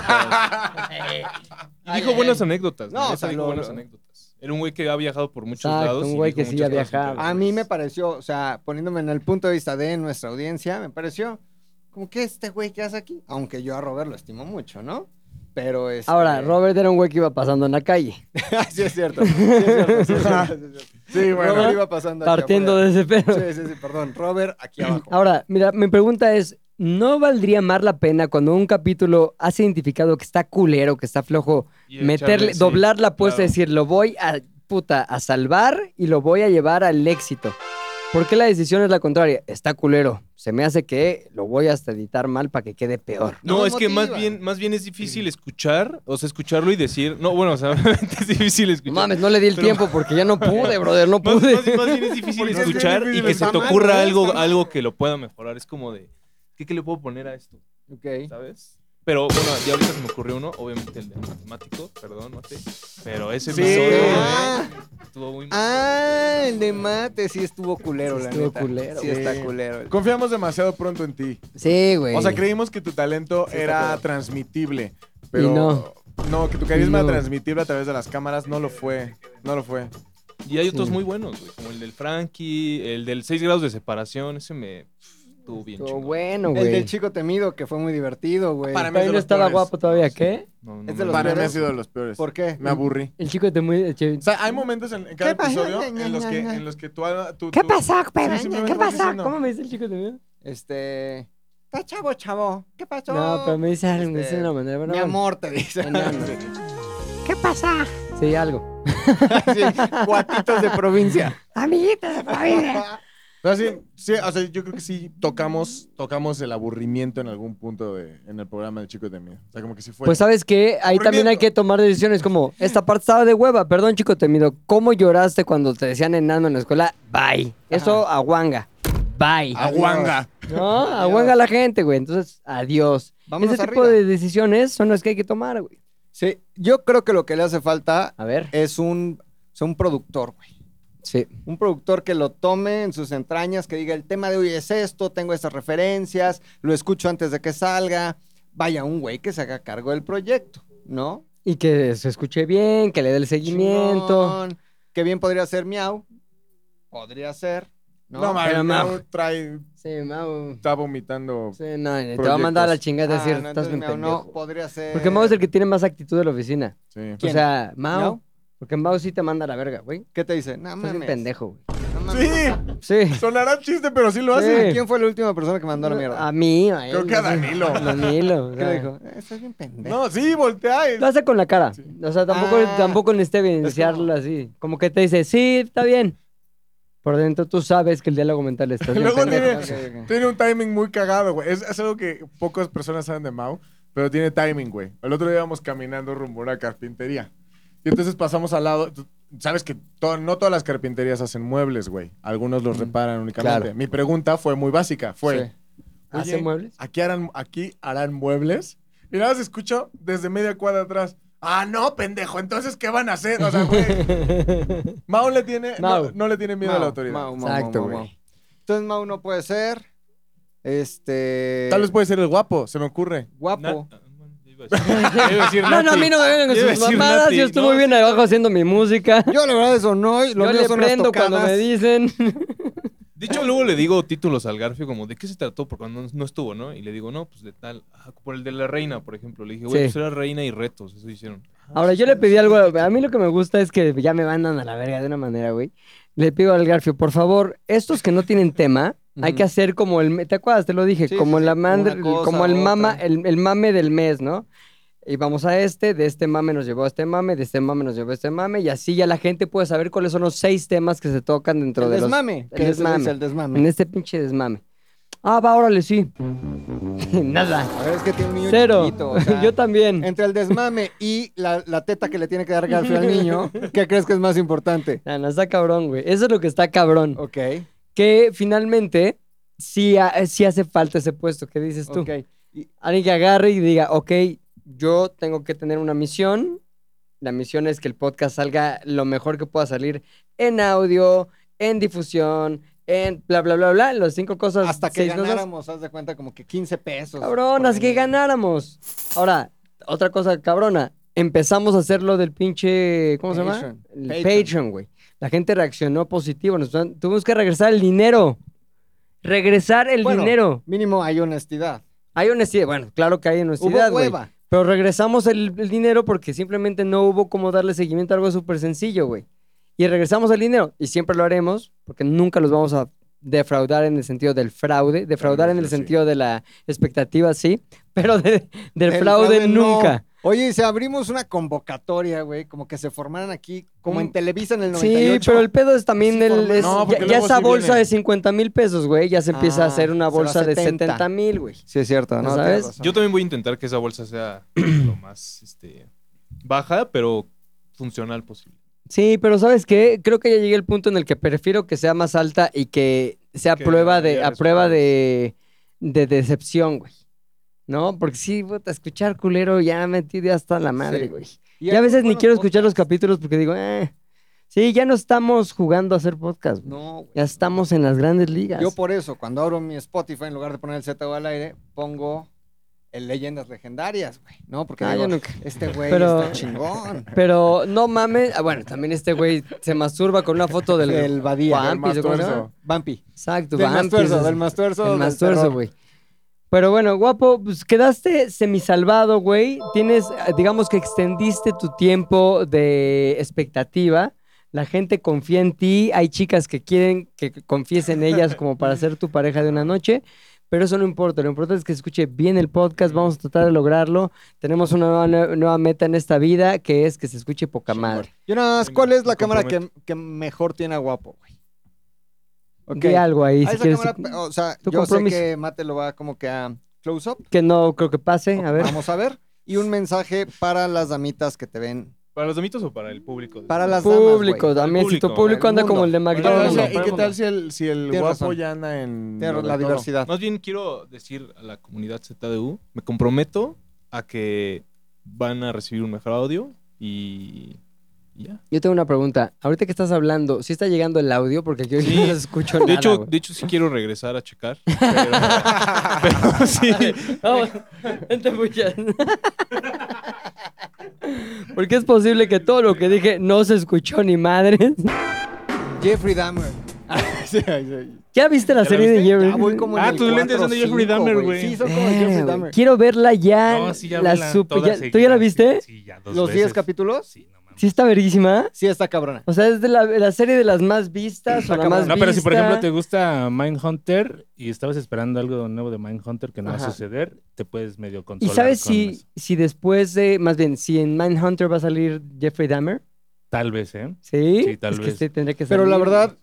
S6: anécdotas. y dijo buenas anécdotas.
S4: No,
S6: No,
S4: o sea,
S6: dijo
S4: lo-
S6: buenas anécdotas. Era un güey que ha viajado por muchos
S1: Exacto,
S6: lados.
S1: un
S6: y
S1: güey
S6: dijo
S1: que sí
S6: muchas
S1: ha
S6: cosas
S1: viajado.
S6: interesantes.
S4: A mí me pareció, o sea, poniéndome en el punto de vista de nuestra audiencia, me pareció como que este güey que hace aquí. Aunque yo a Robert lo estimo mucho, ¿no? Pero este, es.
S1: Ahora, Robert era un güey que iba pasando en la calle.
S4: sí, es cierto. Sí, es cierto. sí, es cierto, sí, es cierto.
S3: Sí, bueno.
S4: Robert iba pasando. aquí
S1: Partiendo de
S4: afuera.
S1: ese pedo.
S4: Sí, sí, sí, perdón. Robert, aquí abajo.
S1: Ahora, mira, mi pregunta es: ¿no valdría más la pena cuando un capítulo has identificado que está culero, que está flojo,
S6: Y el
S1: meterle,
S6: Charlie, sí,
S1: doblar la apuesta y
S6: claro.
S1: decir, lo voy a puta, a salvar y lo voy a llevar al éxito? ¿Por qué la decisión es la contraria? Está culero. Se me hace que lo voy hasta editar mal para que quede peor.
S6: No,
S4: No
S6: es que más
S4: motiva.
S6: bien, más bien es difícil escuchar, o sea, escucharlo y decir. No, bueno, o sea, [LAUGHS] obviamente es difícil
S1: No
S6: escuchar.
S1: mames, no le di el
S6: Pero-
S1: tiempo porque ya no pude, brother, no
S6: Más,
S1: pude.
S6: más- más bien es difícil
S3: Porque es bien
S6: escuchar
S3: difícil
S6: y que se
S3: escuchar.
S6: te
S3: Está
S6: ocurra
S3: mal,
S6: algo,
S3: está mal.
S6: algo que lo pueda mejorar. Es como de, ¿qué, qué le puedo poner a esto?
S4: Ok.
S6: ¿Sabes? Pero bueno, ya ahorita se me ocurrió uno, obviamente el de matemático, perdón, mate. Pero ese
S3: Sí.
S6: episodio güey,
S4: Ah.
S6: estuvo muy mal.
S4: Ah, el de mate sí estuvo culero,
S1: Sí
S4: la
S1: estuvo
S4: neta.
S1: culero,
S4: Sí
S3: güey.
S4: está culero.
S3: Confiamos demasiado pronto en ti.
S1: Sí, güey.
S3: O sea, creímos que tu talento
S4: Sí, está
S3: era
S4: claro.
S3: transmitible, pero
S1: no.
S3: no, que tu carisma
S1: No.
S3: era transmitible a través de las cámaras no lo fue. No lo fue.
S6: Y hay otros
S1: Sí.
S6: muy buenos, güey, como el del Frankie, el del 6 grados de separación, ese me estuvo bien
S1: Estuvo
S6: chingón.
S1: bueno,
S4: El
S1: güey.
S4: del chico temido, que fue muy divertido, güey.
S3: Para mí-
S1: Todavía no
S3: los
S1: estaba
S3: peores.
S1: guapo todavía, ¿qué?
S6: No, no
S4: Es de
S6: me
S4: los
S6: acuerdo.
S3: Para mí ha
S4: peores?
S3: sido de los peores.
S4: ¿Por qué?
S3: Me aburrí.
S1: El chico te muy...
S3: O sea, hay momentos en, en cada
S4: ¿Qué pasó?
S3: episodio en los que, en los que tú,
S1: pasó,
S3: tú- tú- Sí, sí, me lo estás diciendo.
S1: me dice el chico de mí?
S4: Este. Está chavo, chavo. ¿Qué pasó?
S1: No, pues pero me dice algo, me
S4: Este,
S1: dice de una manera. Bueno,
S4: Mi
S1: bueno.
S4: amor, te dice.
S1: Enano.
S4: [LAUGHS] Sí.
S1: ¿Qué pasa? Sí, algo.
S4: Sí, Guatitos de [LAUGHS] provincia.
S1: Amiguitos de familia.
S3: Pero sí, sí, o sea, yo creo que sí tocamos, tocamos el aburrimiento en algún punto de, en el programa de Chicos de Miedo. O sea, como que sí fue.
S1: Pues sabes que ahí también hay que tomar decisiones como, esta parte estaba de hueva, perdón chico temido, ¿cómo lloraste cuando te decían enano en la escuela? Bye. Eso aguanga. Bye.
S3: Aguanga.
S1: No, aguanga a la gente, güey. Entonces, adiós.
S4: Vámonos
S1: Ese tipo
S4: arriba.
S1: de decisiones son las que hay que tomar, güey.
S4: Sí, yo creo que lo que le hace falta
S1: A ver.
S4: es un, es un productor, güey.
S1: Sí.
S4: Un productor que lo tome en sus entrañas, que diga, el tema de hoy es esto, tengo estas referencias, lo escucho antes de que salga. Vaya, un güey que se haga cargo del proyecto, ¿no?
S1: Y que se escuche bien, que le dé el seguimiento.
S4: Chingón. Que bien podría ser Miau. Podría ser. No,
S3: No, no
S1: pero
S3: mames,
S1: no.
S3: trae,
S1: Sí, Mau.
S3: está vomitando.
S1: Sí, no, te va a mandar a la chingada a
S4: Ah,
S1: decir,
S4: no,
S1: estás
S4: entonces
S1: bien
S4: Miau no,
S1: pendejo.
S4: podría ser.
S1: Porque Mau es el que tiene más actitud de la oficina.
S3: Sí.
S1: O sea, Mau.
S4: ¿Miau?
S1: Porque Mau sí te manda a la verga, güey.
S4: ¿Qué te dice? No
S1: Estás bien
S4: mames.
S1: pendejo, güey.
S4: no mames.
S3: Sí,
S1: Sí.
S3: sonará chiste, pero sí lo hace.
S1: Sí.
S4: ¿Quién fue la última persona que mandó a la mierda?
S1: A mí, a él,
S3: Creo que a
S1: no sé.
S3: Danilo.
S1: Danilo. o
S4: [LAUGHS] ¿Qué
S1: sea,
S4: le dijo? Eh, estás bien pendejo.
S3: No, sí, voltea. y-
S1: Lo hace con la cara. O sea, tampoco,
S4: Ah.
S1: tampoco necesita evidenciarlo así. Como que te dice, sí, está bien. Por dentro tú sabes que el diálogo mental está bien.
S3: Luego
S1: pendejo.
S3: tiene,
S4: Ok, ok.
S3: tiene un timing muy cagado, güey. Es, es algo que pocas personas saben de Mau, pero tiene timing, güey. El otro día íbamos caminando rumbo a una carpintería. Y entonces pasamos al lado. Tú- Sabes que to- no todas las carpinterías hacen muebles, güey. Algunos los reparan únicamente.
S1: Mm, claro.
S3: Mi pregunta fue muy básica. Fue,
S1: ¿Hace
S3: Oye,
S1: muebles?
S3: ¿aquí harán, ¿aquí harán muebles? Y nada más escucho desde media cuadra atrás. Ah, no, pendejo. Entonces, ¿qué van a hacer? O
S1: [LAUGHS]
S3: sea, güey, [LAUGHS] Mau le tiene, no-
S1: Mau.
S3: No, le tiene miedo a la
S4: Mau,
S3: autoridad.
S4: Mau, Mau,
S1: Exacto,
S4: Mau, Mau.
S1: güey.
S4: Entonces Mau no puede ser. Este.
S3: Tal vez puede ser el guapo, se me ocurre.
S4: Guapo.
S1: No, no, a mí no me vengan con sus mamadas. Yo estuve bien abajo haciendo mi música.
S4: Yo la verdad eso no. Lo
S1: Yo
S4: mío
S1: le
S4: son las
S1: prendo cuando
S4: tocadas.
S1: me dicen.
S6: De hecho, luego le digo títulos al Garfio, como, ¿de qué se trató? Porque no, no estuvo, ¿no? Y le digo, no, pues de tal. Ah, por el de la reina, por ejemplo. Le dije, güey,
S1: Sí.
S6: pues era reina y retos. Eso hicieron.
S1: Ahora, yo le pedí algo. A mí lo que me gusta es que ya me mandan a la verga de una manera, güey. Le pido al Garfio, por favor, estos que no tienen tema, hay que hacer como el. ¿Te acuerdas? Te lo dije.
S4: Sí,
S1: como
S4: sí, sí,
S1: la
S4: una
S1: mandra-
S4: cosa,
S1: como el, mama,
S4: otra.
S1: el, el mame del mes, ¿no? Y vamos a este, de este mame nos llevó a este mame, de este mame nos llevó a este mame, y así ya la gente puede saber cuáles son los seis temas que se tocan dentro
S4: El
S1: de los.
S4: desmame.
S1: el
S4: que es-
S1: desmame.
S4: es el
S1: En
S4: desmame.
S1: este pinche desmame. Ah, va, órale, sí. [LAUGHS] Nada.
S4: A ver, es que tiene un niño
S1: Cero.
S4: chiquito. o sea,
S1: [LAUGHS] yo también.
S4: Entre el desmame y la, la teta que le tiene que dar Garfio al niño, ¿qué crees que es más
S1: [LAUGHS]
S4: importante?
S1: No, no, está cabrón, güey. Eso es lo que está cabrón.
S4: Ok.
S1: Que finalmente sí, ha- eh, sí hace falta ese puesto que dices tú.
S4: Ok.
S1: Alguien que agarre y diga, ok, yo tengo que tener una misión. La misión es que el podcast salga lo mejor que pueda salir en audio, en difusión, en bla, bla, bla, bla. Las cinco cosas.
S4: Hasta que
S1: seis cosas.
S4: ganáramos, haz de cuenta, como que 15 pesos.
S1: Cabrón, haz
S4: Cabronas,
S1: que ganáramos. Ahora, otra cosa cabrona. Empezamos a hacer lo del pinche. ¿Cómo se llama?
S4: Patreon.
S1: El
S4: Patreon.
S1: Patreon, güey. La gente reaccionó positivo. Nos, dan- tuvimos que regresar el dinero. Regresar el
S4: Bueno,
S1: dinero.
S4: Mínimo hay honestidad.
S1: Hay honestidad. Bueno, claro que hay honestidad,
S4: Hubo
S1: güey.
S4: hueva.
S1: Pero regresamos el, el dinero porque simplemente no hubo como darle seguimiento a algo súper sencillo, güey. Y regresamos el dinero. Y siempre lo haremos porque nunca los vamos a defraudar en el sentido del fraude. Defraudar en el
S3: sí.
S1: sentido de la expectativa, sí. [LAUGHS] Pero de- del
S4: El
S1: fraude,
S4: no.
S1: nunca.
S4: Oye, y si abrimos una convocatoria, güey, como que se formaran aquí, como en
S1: Mm.
S4: Televisa en el
S1: Sí,
S4: 98.
S1: pero el pedo es también
S4: Sí,
S1: el...
S4: formal.
S1: es-
S3: No,
S1: ya
S3: porque
S1: ya
S3: luego
S1: esa
S3: sí
S1: bolsa
S3: viene.
S1: de 50 mil pesos, güey, ya se empieza
S4: Ah,
S1: a hacer una
S4: se va a
S1: bolsa de
S4: 70.
S1: 70 mil, güey.
S4: Sí, es cierto, ¿no?
S1: ¿Sabes?
S4: Tienes razón.
S6: Yo también voy a intentar que esa bolsa sea [CLEARS THROAT] lo más este, baja, pero funcional posible.
S1: Sí, pero ¿sabes qué? Creo que ya llegué al punto en el que prefiero que sea más alta y que sea
S6: Que
S1: prueba de,
S6: haya
S1: a prueba de, de decepción, güey. ¿No? Porque sí, puta, escuchar culero ya me tiré hasta la madre,
S4: Sí.
S1: güey.
S4: Y
S1: Ya a
S4: hay
S1: veces
S4: muy
S1: ni
S4: buenos
S1: quiero escuchar los
S4: podcasts.
S1: capítulos porque digo, eh, sí, ya no estamos jugando a hacer podcast, güey.
S4: No, güey.
S1: Ya estamos en las grandes ligas.
S4: Yo por eso, cuando abro mi Spotify, en lugar de poner el ZO al aire, pongo el Leyendas Legendarias, güey, ¿no? Porque
S1: Ah,
S4: digo,
S1: yo nunca.
S4: este güey
S1: Pero-
S4: está chingón.
S1: Pero no mames. ah, Bueno, también este güey se masturba con una foto del.
S4: El
S1: [LAUGHS]
S4: Badía.
S1: Vampis,
S4: del
S1: ¿o cómo se
S4: Mastuerzo.
S1: llama?
S4: Vampi.
S1: Exacto,
S4: Del
S1: Vampis,
S4: Mastuerzo,
S1: es-
S4: del Mastuerzo.
S1: el
S4: del
S1: Mastuerzo,
S4: terror.
S1: güey. Pero bueno, guapo, pues quedaste semisalvado, güey. Tienes, eh, digamos que extendiste tu tiempo de expectativa. La gente confía en ti. Hay chicas que quieren que confíes en ellas como para ser tu pareja de una noche. Pero eso no importa, lo importante es que se escuche bien el podcast, vamos a tratar de lograrlo. Tenemos una nueva, nue- nueva meta en esta vida que es que se escuche poca madre.
S4: Yo nada más,
S6: Venga,
S4: ¿cuál es la
S6: me
S4: cámara que, que mejor tiene a guapo, güey? Ok.
S1: Di algo ahí,
S4: A
S1: si
S4: esa
S1: quieres,
S4: cámara, pe- o sea,
S1: tu
S4: yo
S1: compromiso.
S4: sé que Mate lo va como que a close up.
S1: que no creo que pase, a ver.
S4: Vamos a ver. Y un mensaje para las damitas que te ven.
S6: ¿Para los damitos o para el público?
S4: Para las damas,
S1: Público,
S4: güey.
S1: también, si tu
S6: Público,
S1: público
S4: el
S1: anda como
S4: mundo.
S1: el de
S3: Pero,
S6: Todo el
S3: o sea,
S1: McDonald's.
S6: mundo,
S3: ¿Y
S6: todo
S3: qué
S6: el
S3: tal
S6: mundo.
S3: si el, si el
S4: Tienes
S3: guapo
S4: razón.
S3: ya anda en.
S4: Tienes
S3: lo de
S4: la
S3: todo?
S4: diversidad.
S6: Más bien quiero decir a la comunidad ZDU, me comprometo a que van a recibir un mejor audio y, y ya.
S1: Yo tengo una pregunta. Ahorita que estás hablando, ¿sí está llegando el audio? Porque yo
S6: Sí.
S1: no escucho nada.
S6: De hecho,
S1: güey.
S6: de hecho sí quiero regresar a checar. Pero, pero sí.
S1: Vamos, vente, puchas. [LAUGHS] Porque es posible que todo lo que dije no se escuchó ni madres.
S4: Jeffrey Dahmer.
S1: ¿Ya viste la
S6: ¿Ya la
S1: serie de
S6: viste?
S1: Jeffrey?
S4: Ya voy como en
S6: Ah,
S4: el
S6: tus lentes son de
S4: 4 o
S6: Jeffrey
S4: 5,
S6: Dahmer, güey.
S4: Sí, son como de
S1: Eh,
S4: Jeffrey
S1: güey,
S4: Dahmer.
S1: Quiero verla ya.
S7: No, sí, ya
S1: la
S7: vi la-
S1: supe-
S7: toda
S1: ya- ¿Tú ya la
S7: seguida,
S1: viste? Sí,
S7: Sí, ya dos
S4: ¿Los 10
S7: veces.
S4: capítulos?
S7: Sí, no mames.
S1: está verguísima.
S4: Sí, está cabrona.
S1: O sea, es de la, la serie de las más vistas o la más
S2: No, pero si por
S1: vista.
S2: ejemplo te gusta Mindhunter y estabas esperando algo nuevo de Mindhunter que no va
S1: Ajá.
S2: a suceder, te puedes medio
S1: ¿Y
S2: consolar.
S1: sabes
S2: con
S1: si,
S2: eso.
S1: si después de, más bien, si en Manhunter va a salir Jeffrey Dahmer?
S2: Tal vez, ¿eh?
S1: Sí,
S2: Sí, tal
S1: es que
S2: vez.
S1: sí tendría que salir.
S4: Pero la verdad,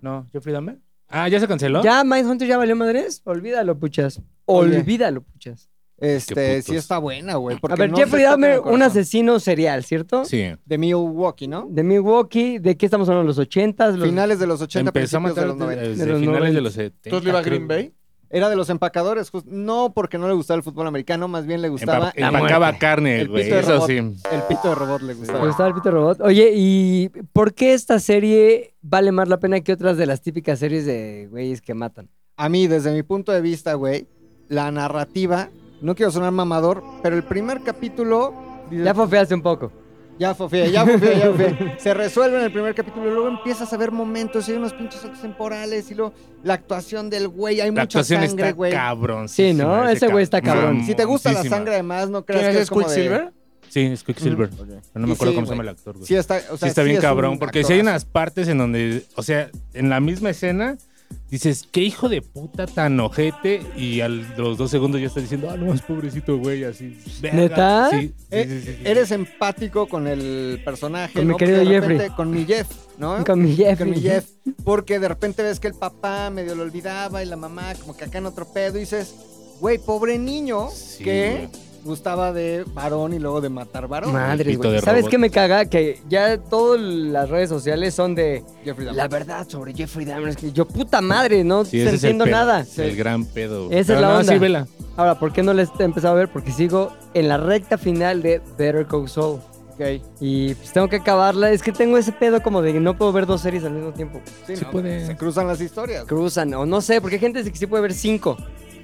S2: No, Jeffrey Dahmer. Ah, ¿ya se canceló?
S1: ¿Ya Mindhunter ya valió madres? Olvídalo, puchas.
S4: Oye.
S1: Olvídalo, puchas.
S2: Qué
S4: este,
S2: putos.
S4: sí está buena, güey.
S1: A
S4: porque
S1: ver,
S4: no
S1: Jeffrey
S4: te toca en
S1: Dahmer,
S4: el
S1: un
S4: corazón.
S1: asesino serial, ¿cierto?
S2: Sí.
S4: De Milwaukee, ¿no?
S1: De Milwaukee, ¿de qué estamos hablando? ¿Los 80s? Los...
S4: Finales de los 80,
S2: Empezó a
S4: principios de
S2: matar
S4: los 90.
S2: desde
S1: De los
S2: finales
S1: 90.
S2: de los 70.
S3: ¿Tú le ibas a
S2: creo.
S3: Green Bay?
S4: Era de los empacadores, just- no porque no le gustaba el fútbol americano, más bien le gustaba
S2: Empa- empacaba carne,
S4: El
S2: güey.
S4: pito de
S2: Eso
S4: robot.
S2: sí.
S4: el pito de robot le
S1: ¿Te
S4: gustaba.
S1: gustaba el Peter Robot? Oye, ¿y por qué esta serie vale más la pena que otras de las típicas series de güeyes que matan?
S4: A mí, desde mi punto de vista, güey, la narrativa, no quiero sonar mamador, pero el primer capítulo dices,
S1: Ya fofeaste un poco.
S4: Ya fofé, ya fofé,
S1: [LAUGHS]
S4: ya fofé. Se resuelve en el primer capítulo, luego empiezas a ver momentos, y hay unos pinches saltos temporales, y luego la actuación del güey, hay
S2: La
S4: mucha
S2: actuación
S4: sangre,
S2: está
S4: güey.
S2: cabrón.
S1: Sí, ¿no? Ese güey está cabrón.
S4: Si te gusta la sangre, además, no creas
S3: ¿Quién
S4: que
S3: es
S4: es como de-
S3: Quicksilver?
S2: Sí, es Quicksilver.
S4: Mm.
S2: No
S4: Y
S2: me acuerdo cómo se
S4: sí, güey.
S2: llama el actor, güey.
S4: Sí está, o sea,
S2: sí, está bien
S4: es un
S2: cabrón, porque si hay
S4: actorazo.
S2: unas partes en donde, o sea, en la misma escena, dices, qué hijo de puta tan ojete, y a los dos segundos ya estás diciendo, ah, no, es pobrecito, güey, así. verga".
S1: ¿Neta?
S2: Sí, sí,
S4: Eh,
S2: sí, sí, sí.
S4: Eres empático con el personaje,
S1: Con mi
S4: ¿no? Porque
S1: querido
S4: de repente-
S1: Jeffrey.
S4: Con mi Jeff, ¿no?
S1: Con mi Jeff.
S4: Con mi Jeff. Porque de repente ves que el papá medio lo olvidaba y la mamá como que acá en otro pedo y dices, güey, pobre niño
S2: Sí,
S4: que
S2: güey.
S4: gustaba de varón y luego de matar varón.
S1: Madre,
S2: El pito
S1: güey.
S2: de
S1: ¿Sabes
S2: robot.
S1: qué me caga? Que ya todas las redes sociales son de
S4: Jeffrey Dahmer.
S1: la verdad sobre Jeffrey Dahmer. Es que yo, puta madre, no
S2: Sí,
S1: te
S2: ese es el
S1: entiendo
S2: pedo,
S1: nada.
S2: es El gran pedo. güey.
S1: Esa es
S2: Pero
S1: la
S2: no,
S1: onda.
S2: sí, vela.
S1: Ahora, ¿por qué no les he empezado a ver? Porque sigo en la recta final de Better Call Saul.
S4: Ok.
S1: Y pues tengo que acabarla. Es que tengo ese pedo como de que no puedo ver dos series al mismo tiempo.
S4: Sí,
S2: Sí
S4: no,
S2: puede.
S4: Se cruzan las historias.
S1: Cruzan, o no sé, porque hay gente que sí puede ver cinco.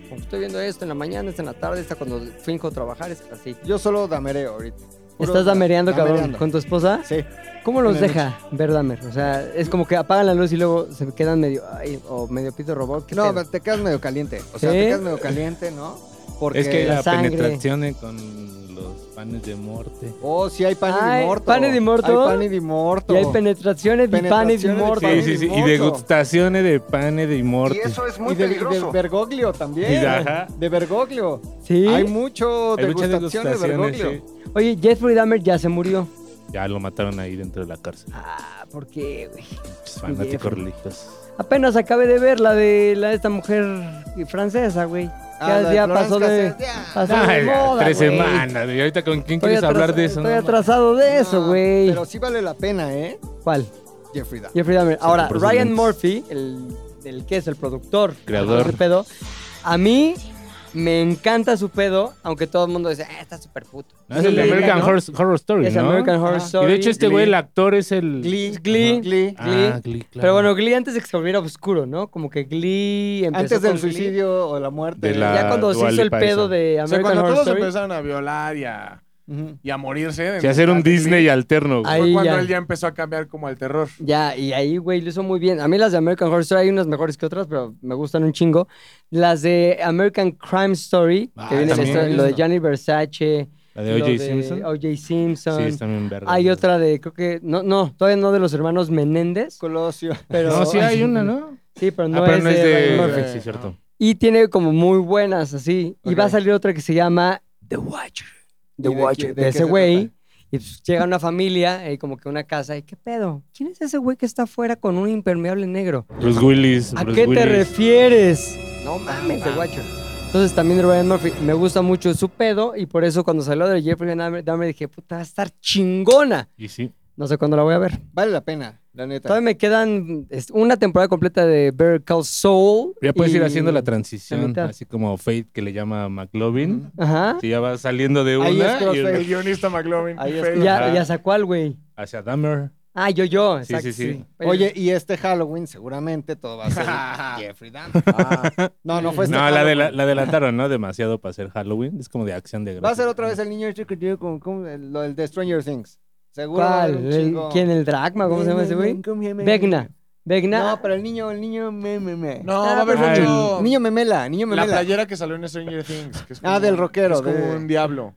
S1: Como Estoy viendo esto en la mañana, esto en la tarde, esta cuando finco a trabajar, es así.
S4: Yo solo damereo ahorita. Puro
S1: ¿Estás
S4: da-
S1: damereando, cabrón,
S4: damereando.
S1: con tu esposa?
S4: Sí.
S1: ¿Cómo los
S4: En la
S1: deja ver Damer? O sea, es como que apagan la luz y luego se quedan medio, ay, o medio pito robot. ¿qué
S4: No,
S1: pedo? ¿Eh?
S4: te quedas medio caliente. O sea,
S1: ¿Sí?
S4: te quedas medio caliente, ¿no? Porque...
S2: Es que
S1: la
S2: la
S1: sangre.
S2: penetración eh, con los panes de muerte.
S4: Oh, sí, hay pan
S1: Ay,
S4: y dimorto.
S1: pan y dimorto.
S4: Hay pan y dimorto.
S1: y hay penetraciones de panes y
S4: Penetraciones de
S1: morto.
S4: pan
S2: Sí, sí, sí. Y
S4: mucho.
S2: degustaciones de panes de muerte.
S7: es
S4: y de, y de Bergoglio también.
S2: Y de- ajá.
S4: De Bergoglio.
S1: Sí.
S4: Hay mucho
S2: Hay muchas
S4: degustación de
S2: degustaciones.
S4: Bergoglio.
S2: sí.
S1: Oye, Jeffrey Dahmer ya se murió.
S2: Ya lo mataron ahí dentro de la cárcel.
S1: Ah, ¿por qué, güey?
S4: pues,
S2: Fanáticos
S1: Jeff.
S2: religiosos.
S1: Apenas acabé de ver la de la de esta mujer francesa, güey. ya
S4: Ah, la
S1: ya
S4: Florence
S1: pasó de,
S4: Cassel, ya.
S1: pasó de
S2: Ay,
S1: moda,
S2: tres
S1: güey.
S2: semanas. Y ahorita con quién
S1: Estoy
S2: quieres hablar de
S1: atrasa-
S2: eso,
S1: Estoy
S2: no?
S1: atrasado de eso,
S4: No,
S1: güey.
S4: Pero sí vale la pena, ¿eh?
S1: ¿Cuál?
S4: Jeffrey Dahmer.
S1: Jeffrey Dahmer. Ahora,
S2: compró sus
S1: Ryan
S2: lentes.
S1: Murphy, el, el que es el productor,
S2: Creador.
S1: ese pedo, a mí me encanta su pedo, aunque todo el mundo dice, ah, está súper puto.
S2: No, es el de
S1: Sí,
S2: American
S1: ¿no?
S2: Horror, Horror Story,
S1: Es
S2: ¿no?
S1: American Horror
S4: Ajá.
S2: Y
S1: Story.
S2: de hecho este güey, el actor es el...
S4: Glee.
S1: Glee.
S4: Glee.
S2: Ah, Glee, claro.
S1: Pero bueno, Glee antes de que se volviera oscuro, ¿no? Como que Glee empezó
S4: Antes del
S1: con Glee.
S4: suicidio o la muerte.
S2: De la-
S1: Ya cuando se
S2: Dua
S1: hizo el
S2: Lipa
S1: pedo
S2: esa.
S1: de
S3: O sea,
S1: American
S3: cuando
S1: Horror
S3: todos
S1: Story.
S3: empezaron a violar y a,
S4: Ujú.
S3: y a morirse.
S2: Sí,
S3: en
S2: hacer un
S3: lugares así,
S2: Disney alterno. güey.
S1: Ay.
S3: Fue
S1: Ahí
S3: cuando
S1: ya.
S3: él ya empezó a cambiar como al terror.
S1: Ya, y ahí, güey, lo hizo muy bien. A mí las de American Horror Story hay unas mejores que otras, pero me gustan un chingo. Las de American Crime Story,
S2: Ah,
S1: que viene
S2: también.
S1: esto- lo de Gianni Versace,
S2: La de
S1: lo
S2: O.J. Simpson.
S1: O.J.
S2: Sí,
S1: Simpson.
S2: está bien verga.
S1: hay otra de, creo que, no, no, todavía no de los hermanos Menéndez,
S4: Colosio.
S1: [LAUGHS] pero...
S2: No, sí hay una, ¿no?
S1: Sí, pero no,
S2: ah, pero
S1: es,
S2: no es
S1: de...
S2: de...
S1: Ryan Murphy.
S2: Sí, cierto.
S1: Y tiene como muy buenas así. Y
S4: Ok.
S1: va a salir otra que se llama The Watcher. The
S4: ¿Y de qué-
S1: Watcher.
S4: de
S1: De,
S4: qué
S1: ese
S4: se
S1: güey. Y pues, llega una familia, eh, como que una casa. ¿Y qué pedo? ¿Quién es ese güey que está afuera con un impermeable negro?
S2: Bruce Willis.
S1: ¿A
S2: Bruce
S1: qué te
S2: Willis.
S1: refieres?
S4: No mames,
S1: mames,
S4: de
S1: The
S4: guacho.
S1: Watcher. Entonces también Ryan Murphy, me gusta mucho su pedo y por eso cuando salió de Jeffrey Dahmer Dahmer dije, puta, va a estar chingona.
S2: Y sí.
S1: No sé cuándo la voy a ver.
S4: Vale la pena, la neta.
S1: Todavía me quedan este, una temporada completa de Better Call Soul.
S2: Ya puedes
S1: y-
S2: ir haciendo la
S1: la
S2: transición,
S1: mitad.
S2: así como Fate que le llama McLovin.
S1: Ajá.
S2: Sí, ya va saliendo de
S4: Ahí
S2: una
S4: es
S2: y
S4: crossfade.
S3: El guionista McLovin.
S4: Ahí
S3: Felo.
S4: está.
S1: Ya,
S2: Ajá.
S1: ya sacó al güey.
S2: hacia Dahmer.
S1: Ah, yo, yo.
S2: Sí,
S1: Exacto,
S2: sí, sí.
S4: Oye, y este Halloween seguramente todo va a
S1: [LAUGHS]
S2: [LAUGHS]
S4: ser Jeffrey Dahmer.
S1: Ah.
S4: No, no fue este
S2: No, la, de la,
S4: Halloween.
S2: la adelantaron, ¿no? Demasiado para ser Halloween. Es como de acción de gracia.
S4: Va a ser otra vez el niño este chiquitillo con, con el, lo del de Stranger Things. Seguro va a haber
S1: ¿Cuál?
S4: un
S1: ¿El-
S4: chingo.
S1: ¿Quién? ¿El Dragma? ¿Cómo se llama ese güey? Vegna. Vegna.
S4: No, pero el niño, el niño me, me, me.
S3: No, va a haber
S2: Ah,
S3: mucho.
S4: Niño memela, niño
S3: La
S4: memela.
S3: playera que salió en Stranger Things. que es
S4: Ah, del rockero,
S3: Es como
S4: de-
S3: un diablo.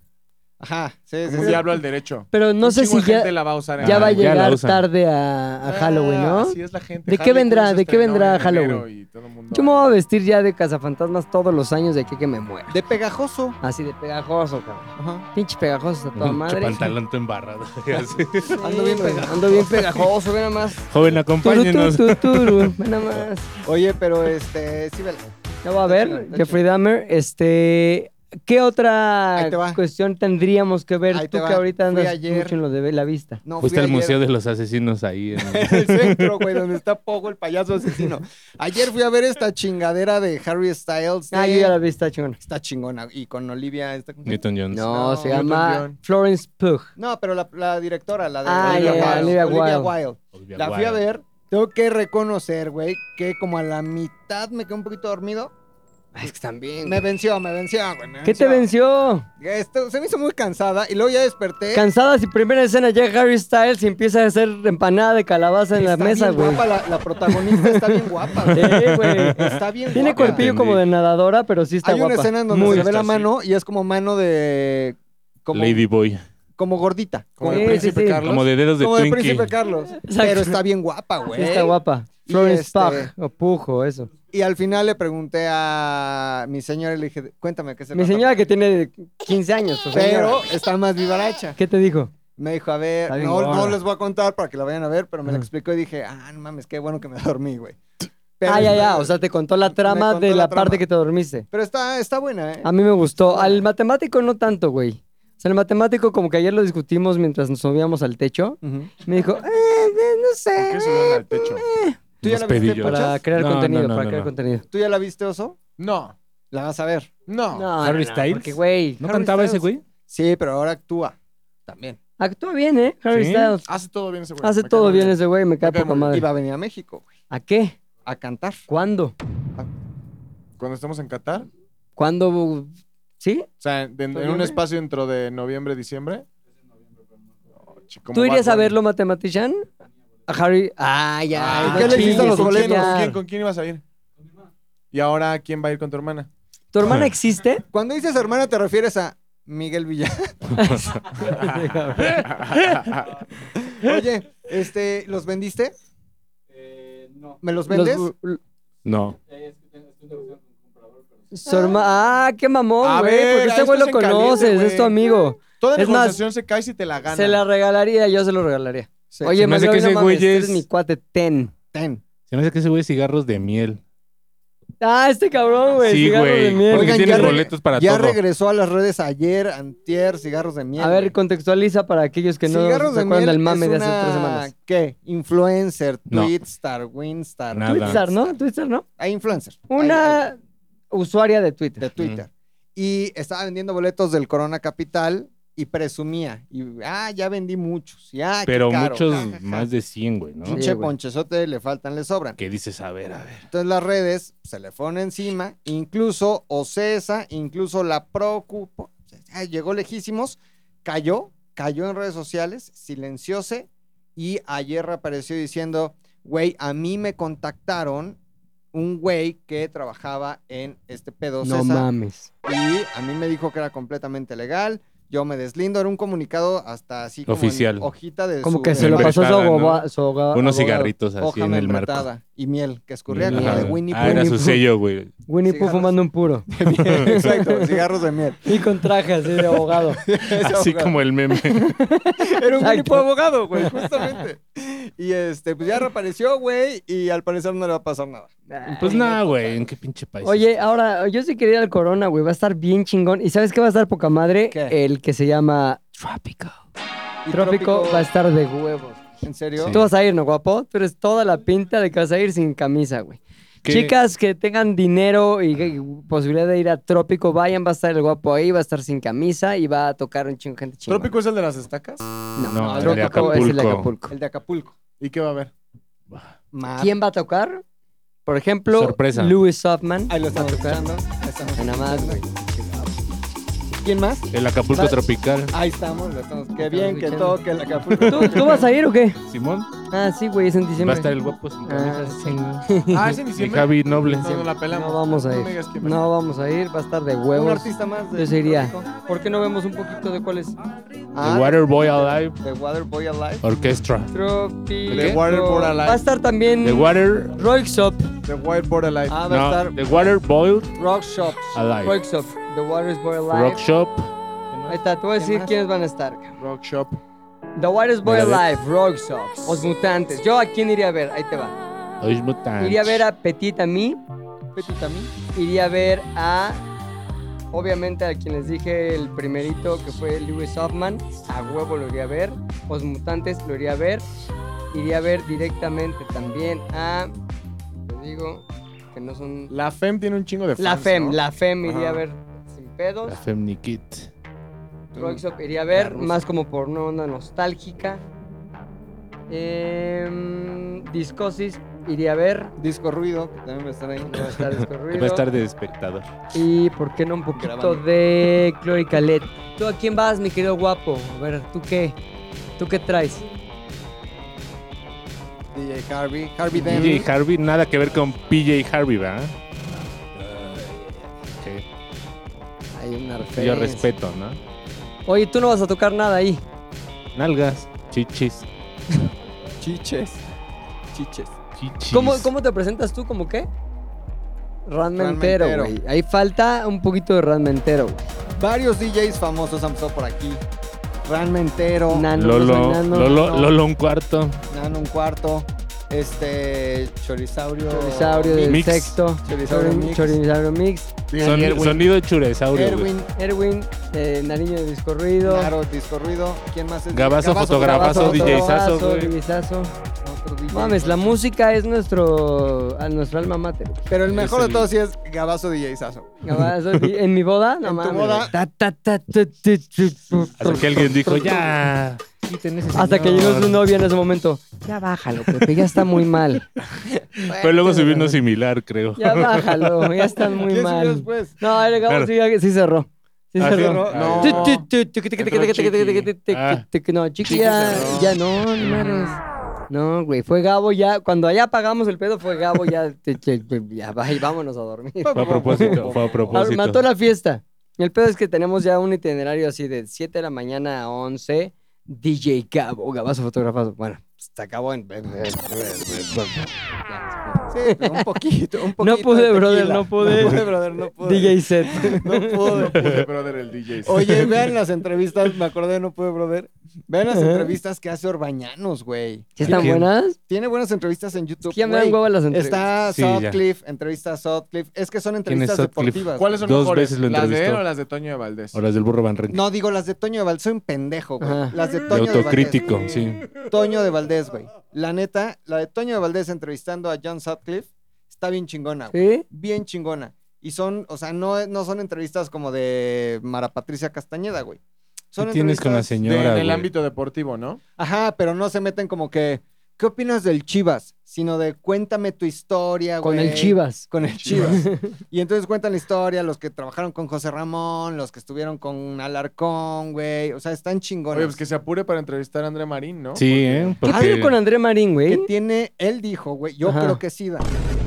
S4: Ajá, sí, sí,
S3: Como un
S4: sí.
S3: diablo al derecho.
S1: Pero no
S3: Un
S1: sé
S3: chingo
S1: si
S3: de
S1: ya,
S3: gente la va a usar en Ah,
S1: ya va a
S2: Ah, ya la
S1: llegar
S2: usan.
S1: tarde a, a Halloween, ¿no?
S3: Así es la gente.
S1: ¿De qué
S3: Harley
S1: vendrá-
S3: Quinn se
S1: de qué
S3: estrenó
S1: vendrá
S3: en enero
S1: Halloween?
S3: y todo el mundo-
S1: Yo me voy a vestir ya de cazafantasmas todos los años de aquí que me muera.
S4: De pegajoso.
S1: Así de pegajoso, cabrón.
S4: Ajá.
S1: Pinche pegajoso
S2: [LAUGHS]
S1: a toda
S2: Mucho
S1: madre.
S2: pantalón todo embarrado. [LAUGHS] Así.
S1: Ando bien, pega- ando bien pegajoso, ve nada más.
S2: Joven,
S1: Turu, turu,
S2: acompáñenos.
S1: turu, turu, ve nada más.
S4: Oye, pero este, sí, vela.
S1: Ya va a
S4: Está
S1: ver,
S4: chido, está
S1: Jeffrey Dahmer, este... ¿Qué otra
S4: Ahí te va.
S1: cuestión tendríamos que ver
S4: Ahí
S1: tú
S4: te
S1: que
S4: va.
S1: ahorita
S4: Fui
S1: andas
S4: ayer.
S1: mucho en lo de la vista?
S4: No,
S2: Fuiste al
S4: ayer-
S2: Museo de los Asesinos ahí. [LAUGHS]
S4: [LAUGHS]
S2: en-
S4: el centro, güey, donde está Pogo, el payaso asesino. Ayer fui a ver esta chingadera de Harry Styles. de-
S1: Ah, yo ya la vi, está chingona.
S4: Está chingona. Y con Olivia. ¿está con quién?
S2: Newton Jones.
S1: No,
S4: No,
S1: se
S4: Newton
S1: llama
S3: John.
S1: Florence Pugh.
S4: No, pero la, la directora, la de
S1: Ah,
S4: Olivia,
S3: ya,
S4: Wilde,
S1: Olivia
S4: Olivia
S1: Wilde.
S4: Wilde.
S2: Olivia
S4: La fui a
S2: Wilde.
S4: ver. Tengo que reconocer, güey, que como a la mitad me quedé un poquito dormido.
S1: Es que también.
S4: Me venció, me venció, güey. me
S1: ¿Qué te venció?
S4: Esto, se me hizo muy cansada y luego ya desperté.
S1: Cansada si primera escena llega Harry Styles y empieza a hacer empanada de calabaza en la
S4: Está
S1: mesa,
S4: bien
S1: güey.
S4: guapa La, la protagonista está bien guapa, güey.
S1: [LAUGHS] Sí, güey.
S4: [LAUGHS] Está bien
S1: Tiene
S4: guapa.
S1: cuerpillo como de nadadora, pero sí está
S4: Hay
S1: guapa.
S4: una escena en donde
S2: Muy
S4: se ve la
S2: así.
S4: mano y es como mano de. Como,
S2: Lady Boy.
S4: como gordita.
S3: Como el
S1: Sí, sí,
S3: príncipe
S1: sí.
S3: Carlos.
S2: Como de dedos de
S4: como el
S2: Twinkie.
S4: príncipe Carlos. Pero está bien guapa, güey.
S1: Sí está guapa.
S4: Y
S1: Florence
S4: este-
S1: Pugh, o Pujo, eso.
S4: Y al final le pregunté a mi señora y le dije, cuéntame qué se
S1: Mi
S4: trata".
S1: señora que tiene 15 años, tu señora.
S4: Pero está más vivaracha.
S1: ¿Qué te dijo?
S4: Me dijo, a
S1: Está
S4: ver,
S1: bien
S4: no,
S1: gorda.
S4: no les voy a contar para que la vayan a ver, pero me la
S1: Ajá.
S4: explicó y dije, ah, no mames, qué bueno que me [LAUGHS] dormí, güey. Pero-
S1: Ah, ya, ya. O sea, te contó la
S4: Me
S1: trama
S4: contó
S1: de
S4: la
S1: la parte
S4: trama.
S1: que te dormiste.
S4: Pero está, está buena, ¿eh?
S1: A mí me gustó. Al matemático no tanto, güey. O sea, el matemático como que ayer lo discutimos mientras nos subíamos al techo.
S4: Ujú.
S1: Me dijo, eh, eh, no sé.
S3: ¿Por qué subieron al techo?
S4: ¿Tú ya
S2: Unos
S4: la viste,
S2: pedillos.
S4: Pochas?
S1: Para crear
S2: No, no,
S1: contenido,
S2: no,
S1: para
S2: no,
S1: crear
S2: no.
S1: contenido.
S4: ¿Tú ya la viste, Oso?
S3: No,
S4: La vas a ver.
S3: no.
S2: Harry Styles.
S1: Porque, güey,
S2: ¿No
S1: Harry
S2: cantaba ese
S1: Styles
S2: güey?
S4: Sí, pero ahora actúa. También.
S1: Actúa bien, ¿eh? Harry
S2: Sí.
S1: Styles.
S3: Hace todo bien ese güey.
S1: Hace
S3: Me cae
S1: todo
S3: muy
S1: bien ese güey, me cae
S3: Me cae
S1: poca
S3: muy bien.
S1: madre.
S4: Y va a venir a México, güey,
S1: ¿A qué?
S4: a cantar.
S1: ¿Cuándo?
S3: Cuando estemos en Qatar, o
S1: ¿Cuándo? ¿Sí?
S3: sea, de- en un
S1: ¿Noviembre?
S3: espacio dentro de noviembre, diciembre. Oh, chico,
S1: ¿Tú
S3: como
S1: irías
S3: Bad
S1: a
S3: Bunny.
S1: verlo, matematician? ¿A Harry? Ah, ya.
S3: Ay,
S1: no
S3: ¿Qué le hiciste a
S1: chingues,
S3: los
S1: sin
S3: boletos? ¿Con
S1: chillar.
S3: quién, ¿Con quién ibas a ir? ¿Y ahora quién va a ir con tu hermana?
S1: ¿Tu hermana existe?
S4: Cuando dices hermana, te refieres a Miguel
S1: [LAUGHS]
S4: Villar. Ah. Oye, este, ¿los vendiste? no. ¿Me los vendes?
S1: Los-
S2: [LAUGHS] No.
S1: su herma- Ah, qué mamón,
S3: A
S1: güey.
S3: ver,
S1: Porque este
S3: ahí
S1: güey lo
S3: estás en caliente,
S1: conoces, es
S3: güey.
S1: tu amigo.
S3: Toda
S1: Es más,
S3: negociación se cae si te la ganan.
S1: Se la regalaría, yo se lo regalaría. Oye,
S2: Se me hace
S1: Manuel,
S2: que ese
S1: no
S2: güey
S1: mames, eres
S2: es-
S1: mi cuate ten.
S4: Ten.
S2: Se me hace que ese güey es cigarros de miel.
S1: Ah, este cabrón, güey.
S2: sí,
S1: cigarro de
S2: güey.
S1: miel.
S2: Porque
S4: Oigan, ya
S2: tienes
S4: re-
S2: boletos para
S4: ya
S2: todo.
S4: regresó a las redes ayer, antier, cigarros de miel.
S1: A ver, contextualiza para aquellos que no
S4: cigarros
S1: se
S4: de
S1: acuerdan
S4: miel
S1: del mame
S4: es
S1: de hace
S4: una-
S1: tres semanas.
S4: ¿Qué? Influencer,
S2: No.
S4: Twitstar, Winstar.
S2: Nada.
S1: Twitter, ¿no? Twitter, ¿no?
S4: Hay influencer. Hay-
S1: Una usuaria de Twitter.
S4: de Twitter. Y estaba vendiendo boletos del Corona Capital y presumía. Y, ah, ya vendí muchos. Y, ah, qué
S2: Pero
S4: caro.
S2: muchos
S4: Ja, ja, ja.
S2: más de 100, güey, ¿no?
S4: Pinche
S1: Sí, güey.
S4: ponchezote, le faltan, le sobran.
S2: Que dices, a ver, a ver.
S4: Entonces las redes se le fueron encima, incluso Ocesa, incluso la Procu, po- ah, llegó lejísimos, cayó, cayó en redes sociales, silencióse y ayer reapareció diciendo, güey, a mí me contactaron un güey que trabajaba en este pedo
S1: No
S4: Ocesa,
S1: mames.
S4: y a mí me dijo que era completamente legal. Yo me deslindo, era un comunicado hasta así como en
S2: Oficial.
S4: hojita de
S1: Como
S4: su-
S1: que se
S4: de-
S1: lo
S2: Empretada,
S1: pasó su
S2: ¿no?
S1: aboga- su aboga- abogado.
S2: Unos cigarritos así
S4: Ah, hoja
S2: en el marco.
S4: membretada. y miel que escurría
S2: Miel.
S4: como
S2: Ajá.
S4: de Winnie
S2: Ah, era
S4: Pooh.
S2: su sello, güey.
S4: [LAUGHS]
S1: Winnie Pooh
S4: Cigarros.
S1: fumando un puro.
S4: [LAUGHS]
S2: [LAUGHS]
S4: Exacto, cigarros de miel.
S1: Y con traje así de abogado.
S2: Así como el meme.
S4: [LAUGHS] Era un
S1: Exacto.
S4: tipo abogado, güey, justamente. Y este, pues ya reapareció, güey, y al parecer no le va a pasar nada.
S2: Pues nada, güey. ¿En qué pinche país?
S1: Oye, ahora, yo sí quería ir al Corona, güey. Va a estar bien chingón. ¿Y sabes qué va a estar poca madre?
S4: ¿Qué?
S1: El que se llama Tropical.
S4: Y
S1: Trópico va a estar de huevos.
S4: ¿En serio?
S2: Sí.
S1: Tú vas a ir, ¿no, guapo? Tú eres toda la pinta de que vas a ir sin camisa, güey.
S2: ¿Qué?
S1: Chicas que tengan dinero y, y posibilidad de ir a Trópico, vayan, va a estar el guapo ahí, va a estar sin camisa y va a tocar un chingo de gente chingona.
S3: ¿Trópico es el de las estacas?
S1: No,
S2: No,
S4: el de
S1: Trópico es el de Acapulco.
S4: El de Acapulco.
S3: ¿Y qué va
S1: [LAUGHS]
S3: a haber?
S4: Mar.
S1: ¿Quién va a tocar? Por ejemplo,
S2: Sorpresa.
S1: Louis Softman.
S4: Ahí lo están
S1: va a tocar.
S4: escuchando. Ahí estamos
S1: Nada más, güey.
S4: ¿Quién más?
S2: El Acapulco
S4: Va-
S2: Tropical.
S4: Ahí estamos, lo estamos. Qué
S1: Estamos
S4: bien que
S1: escuchando.
S4: toque el Acapulco.
S1: ¿Tú, tú vas a ir o qué?
S2: Simón.
S1: Ah, sí, güey, es en diciembre.
S2: Va a estar el guapo sin
S1: Ah,
S2: camisas.
S1: sí.
S3: [LAUGHS] Ah, es en
S2: Y
S3: diciembre.
S2: Javi Noble.
S3: No, no la pelamos.
S1: No vamos a
S3: No
S1: ir.
S3: me digas quién va.
S1: No vamos a ir, va a estar de
S4: [LAUGHS] Un
S1: huevos.
S4: artista más.
S1: Yo sí iría.
S4: Trópico.
S1: ¿Por qué no vemos un poquito de cuál es?
S4: Ah,
S2: The Waterboy Alive
S4: The Waterboy Alive.
S2: Orchestra.
S1: Trópico.
S3: The Waterboard Alive.
S1: Va a estar también
S2: The Water.
S1: Roixop.
S3: The White Board Alive.
S1: Ah, va Mm. a
S2: No,
S1: estar
S2: The Water Boiled
S1: Rock Shop.
S2: Alive.
S1: Roixop. The Water's Boy Alive.
S2: Rock Shop.
S1: Ahí está, te voy a decir
S4: más?
S1: quiénes van a estar. cabrón.
S3: Rock Shop.
S1: The Water's Boy
S2: Megadeth.
S1: Alive, Rock Shop, Los Mutantes. Yo a quién iría a ver, ahí te va.
S2: Ois Mutantes.
S1: Iría a ver a Petit a mí,
S4: Petit también.
S1: iría a ver a. Obviamente a quien les dije el primerito que fue Lewis Hoffman, a huevo lo iría a ver, Los Mutantes lo iría a ver, iría a ver directamente también a. Te digo que no son.
S3: La FEM tiene un chingo de fans,
S1: La FEM,
S3: ¿no?
S1: la FEM iría a
S3: Ajá.
S1: ver sin pedos,
S2: La Femnikit.
S1: Rockshop iría a ver,
S4: rusa.
S1: más como por una onda nostálgica. Em, Discosis iría a ver,
S4: Disco Ruido, que también va a estar ahí.
S1: no va a estar
S2: Va a
S1: escorrido.
S2: estar de espectador.
S1: Y por qué no un poquito de Chloe Calet. ¿Tú a quién vas, mi querido guapo? A ver, ¿tú qué? ¿Tú qué traes?
S4: DJ Harvey. Harvey Dent.
S2: PJ Harvey, nada que ver con PJ Harvey, ¿verdad?
S1: Hay una
S2: Que Yo respeto, ¿no?
S1: Oye, tú no vas a tocar nada ahí.
S2: Nalgas, chichis,
S4: Chiches. Chiches.
S2: chichis.
S1: ¿Cómo, ¿Cómo te presentas tú? ¿Cómo qué? Ranmentero, güey.
S4: Ranmentero.
S1: Ahí falta un poquito de ranmentero, güey.
S4: Varios DJs famosos han pasado por aquí. Ran Mentero,
S1: Nano,
S2: Lolo,
S1: no sé, nano.
S2: Lolo,
S4: no.
S2: Lolo un cuarto.
S4: Nano un cuarto, este chorisaurio,
S1: Chorisaurio del
S2: Mix.
S1: sexto.
S4: Chorisaurio
S1: Chorin-
S4: mix.
S1: Chorisaurio Mix.
S2: Son- sonido churesaurio. güey.
S4: Erwin,
S1: Erwin, eh, Nariño de Discorrido.
S4: claro, disco ruido, ¿quién más es?
S2: Gabazo, fotografazo,
S4: Gabazo,
S2: DJ
S4: fotografazo,
S2: sazo, güey.
S1: DJ sazo.
S4: otro DJ.
S1: Mames, la música es nuestro, a nuestro alma mater.
S4: Pero el mejor
S2: Es
S4: de
S2: el-
S4: todos sí es Gabazo DJ Sazo.
S1: Gabazo, di- En mi boda, no
S4: En tu
S1: mames.
S4: boda.
S1: Ta, ta, ta, ta, ta, ta, ta.
S2: Hasta que alguien dijo, ya.
S1: Hasta que llegó su novia en ese momento. Ya bájalo, Pepe, ya está muy mal.
S2: Pero luego subió uno similar, creo.
S4: [LAUGHS]
S1: Ya bájalo, ya está muy
S4: ¿Quién subió
S1: mal.
S4: después?
S1: No, el Gabo
S2: Claro.
S1: sí, sí cerró. Sí
S2: Ah,
S1: cerró.
S2: ¿sí?
S3: No.
S1: Tu, tu, tu, tu, tu, tu, tu, tu, tu, tu, tu, tu,
S2: Ah.
S1: tu, tu, No, chiqui, ya, ya no, no eres. No, güey, fue Gabo ya. Cuando allá apagamos el pedo, fue Gabo ya. te- te- Ya, va y vámonos a dormir.
S2: Fue a propósito, fue a
S1: Ah,
S2: propósito.
S1: Mató la fiesta. El pedo es que tenemos ya un itinerario así de 7 de la mañana a 11. DJ Gabo, Gabazo Fotografazo. Bueno, se acabó en.
S4: Sí, pero un poquito, un poquito.
S1: No pude,
S4: de
S1: brother,
S4: tequila.
S1: no pude.
S4: No pude, brother, no pude.
S1: DJ set.
S4: No pude.
S3: No pude, brother, el DJ.
S2: [LAUGHS]
S4: Oye, vean las entrevistas, me acordé, no pude, brother. Vean las entrevistas que hace Orbañanos, güey.
S1: ¿Sí están
S2: ¿Quién?
S1: buenas?
S4: Tiene buenas entrevistas en YouTube.
S1: ¿Quién me dan
S4: güey.
S1: huevo las entrevistas?
S4: Está
S2: Sí, ya.
S4: Sutcliffe, entrevista a Sutcliffe. Es que son
S2: ¿Quién es
S4: entrevistas
S2: Sutcliffe?
S4: deportivas.
S3: ¿Cuáles son
S2: Dos
S3: mejores?
S2: veces lo
S3: ¿Las de él
S2: entrevistó.
S3: o las de Toño de Valdés?
S2: Horas del burro Van Ranking.
S4: No, digo las de Toño de Valdés. Soy un pendejo, güey.
S1: Ajá.
S4: Las de
S2: De
S4: Toño de Valdés.
S2: autocrítico, sí.
S4: Toño de Valdés, güey. La neta, la de Toño de Valdés entrevistando a John Sutcliffe está bien chingona, güey.
S1: ¿Sí?
S4: Bien chingona. Y son, o sea, no, no son entrevistas como de Mara Patricia Castañeda, güey.
S2: ¿Qué
S4: Son
S2: tienes con la
S4: entrevistas-
S3: De-
S2: señora?
S3: en el
S2: güey?
S3: ámbito deportivo, ¿no?
S4: Ajá, pero no se meten como que, ¿qué opinas del Chivas? Sino de cuéntame tu historia, güey.
S1: Con el Chivas.
S4: Con el
S1: [LAUGHS]
S4: Chivas. y entonces cuentan la historia, los que trabajaron con José Ramón, los que estuvieron con Alarcón, güey. O sea, están chingones.
S3: Oye, pues que se apure para entrevistar a André Marín, ¿no?
S2: Sí, ¿eh?
S1: ¿Qué
S2: Porque
S1: pedo con André Marín,
S4: que
S1: güey?
S4: tiene, él dijo, güey, yo
S1: Ajá.
S4: creo que SIDA.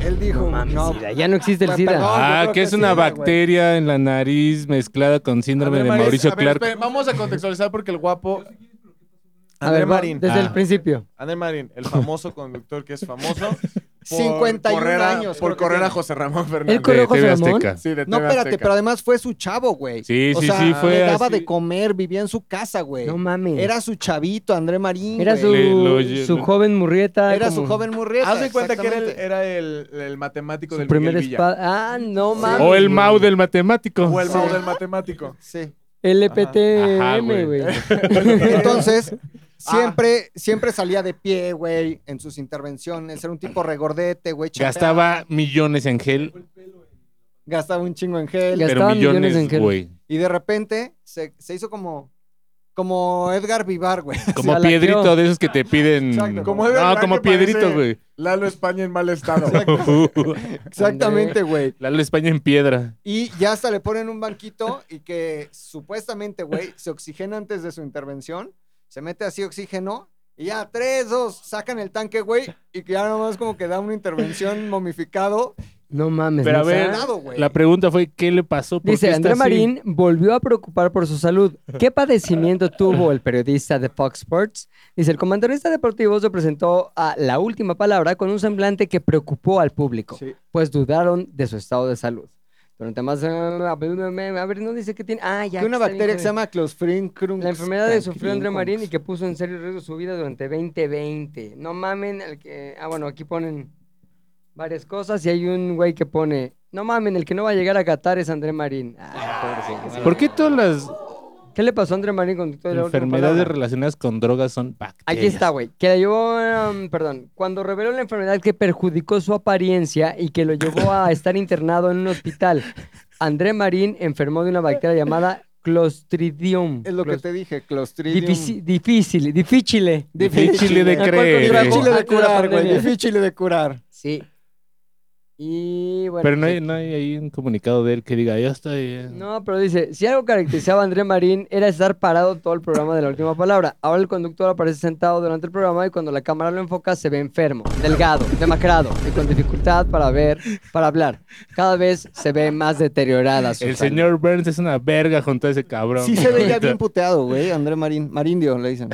S4: Él dijo,
S1: No
S4: no,
S1: mames, SIDA, ya no existe el
S4: Pues,
S1: SIDA.
S4: perdón. yo
S2: Ah,
S4: creo
S2: que
S4: que
S2: es
S4: sí,
S2: una
S4: güey.
S2: bacteria en la nariz mezclada con síndrome
S3: André
S2: de
S3: Marín-
S2: Mauricio
S3: a ver,
S2: Clark.
S3: espera, vamos a contextualizar porque el guapo.
S1: A
S3: André
S1: ver, va,
S3: Marín.
S1: desde
S2: Ah.
S1: el principio.
S4: [LAUGHS]
S3: André Marín, el famoso conductor que es famoso.
S4: 51
S3: correr a-
S4: años.
S3: Por
S4: creo que
S3: correr a
S4: tiene.
S3: José Ramón
S1: Él
S3: Fernández.
S1: corrió
S2: De
S1: José
S2: TV
S1: Ramón.
S2: Azteca.
S3: Sí, de
S4: No,
S3: TV
S4: espérate,
S3: Azteca.
S4: pero además fue su chavo, güey.
S2: Sí,
S4: o
S2: sí,
S4: sea,
S2: sí, fue
S4: Le daba
S2: así.
S4: de comer, vivía en su casa, güey.
S1: No mames. Era,
S4: Era su chavito, André Marín. güey.
S1: su,
S2: Le- lo-
S1: su
S2: lo-
S1: joven Murrieta.
S4: Era su
S1: como-
S4: joven Murrieta.
S3: Haz de cuenta que era el,
S4: exactamente.
S3: era el, el matemático
S1: Su
S3: del
S1: primer
S3: Miguel Villa.
S1: espada. Ah, no mames.
S2: O el Mau del matemático.
S3: O el Mau
S4: Sí.
S3: del matemático.
S4: Sí.
S2: Ajá,
S1: LPTM,
S2: güey.
S1: güey.
S4: Entonces, siempre, siempre salía de pie, güey, en sus intervenciones. Era un tipo regordete, güey. chapeado.
S2: Gastaba millones en gel,
S4: Gastaba un chingo en gel.
S1: Gastaba
S2: pero
S1: millones
S2: millones,
S1: en gel.
S2: güey.
S4: Y de repente se, se hizo como, como Edgar Vivar, güey.
S2: [LAUGHS] Como
S1: Se la laqueó.
S2: piedrito de esos que te piden.
S4: Exacto.
S3: Como Edgar
S2: no,
S3: Lang
S2: como
S3: que parece-
S2: piedrito, güey.
S3: Lalo España en mal estado.
S4: Exactamente, güey.
S2: [LAUGHS] Lalo España en piedra.
S4: Y ya hasta le ponen un banquito y que supuestamente, güey, se oxigena antes de su intervención. Se mete así oxígeno y ya, tres, dos, sacan el tanque, güey. Y que ya nomás como que da una intervención momificado.
S1: No mames.
S2: Pero a
S1: neta.
S2: ver,
S4: Dado, güey.
S2: la pregunta fue: ¿qué le pasó? ¿Por qué
S1: Dice,
S2: está
S1: André
S2: así?
S1: Marín volvió a preocupar por su
S4: [LAUGHS]
S1: salud. ¿Qué padecimiento tuvo el periodista de Fox Sports? Dice, el comentarista deportivo se presentó a la última palabra con un semblante que preocupó al público,
S4: Sí.
S1: pues dudaron de su estado de salud. Durante más... A ver, no dice que tiene... Ah, ya.
S4: Que una
S1: está bien,
S4: bacteria que
S1: güey.
S4: se llama Clostridium
S1: La
S2: Pues,
S1: enfermedad que sufrió André Marín y que puso en serio riesgo su vida durante 2020. No mamen, el que... Ah, bueno, aquí ponen varias cosas y hay un güey que pone... No mamen, el que no va a llegar a Qatar es André Marín.
S4: Ah,
S1: Ay, pobrecito.
S2: ¿Por qué todas las
S1: ¿Qué le pasó a André Marín con todo
S2: enfermedades relacionadas con drogas son bacterias?
S1: Aquí está, güey. Que la llevó, um, perdón, cuando reveló la enfermedad que perjudicó su apariencia y que lo llevó
S2: [LAUGHS]
S1: a estar internado en un hospital. André Marín enfermó de una bacteria llamada Clostridium.
S4: Es lo que te dije, Clostridium.
S1: Difícil, difícil, difícil.
S2: Difícil de
S1: ¿Cuál
S2: creer.
S1: contrajo?
S4: Difícil de
S1: Antes de la
S4: curar, güey.
S1: pandemia.
S4: Difícil de curar.
S1: Sí. Y bueno.
S2: Pero no
S1: sí.
S2: hay, no hay ahí un comunicado de él que diga, yo estoy. eh".
S1: No, pero dice, si algo caracterizaba a André Marín era estar parado todo el programa de la última palabra. Ahora el conductor aparece sentado durante el programa y cuando la cámara lo enfoca se ve enfermo, delgado, demacrado y con dificultad para ver, para hablar. Cada vez se ve más deteriorada. su
S2: El
S1: salud.
S2: señor Burns es una verga junto a ese cabrón.
S4: Sí
S2: [LAUGHS]
S4: se veía bien puteado, güey. André Marín. Marindio, le dicen.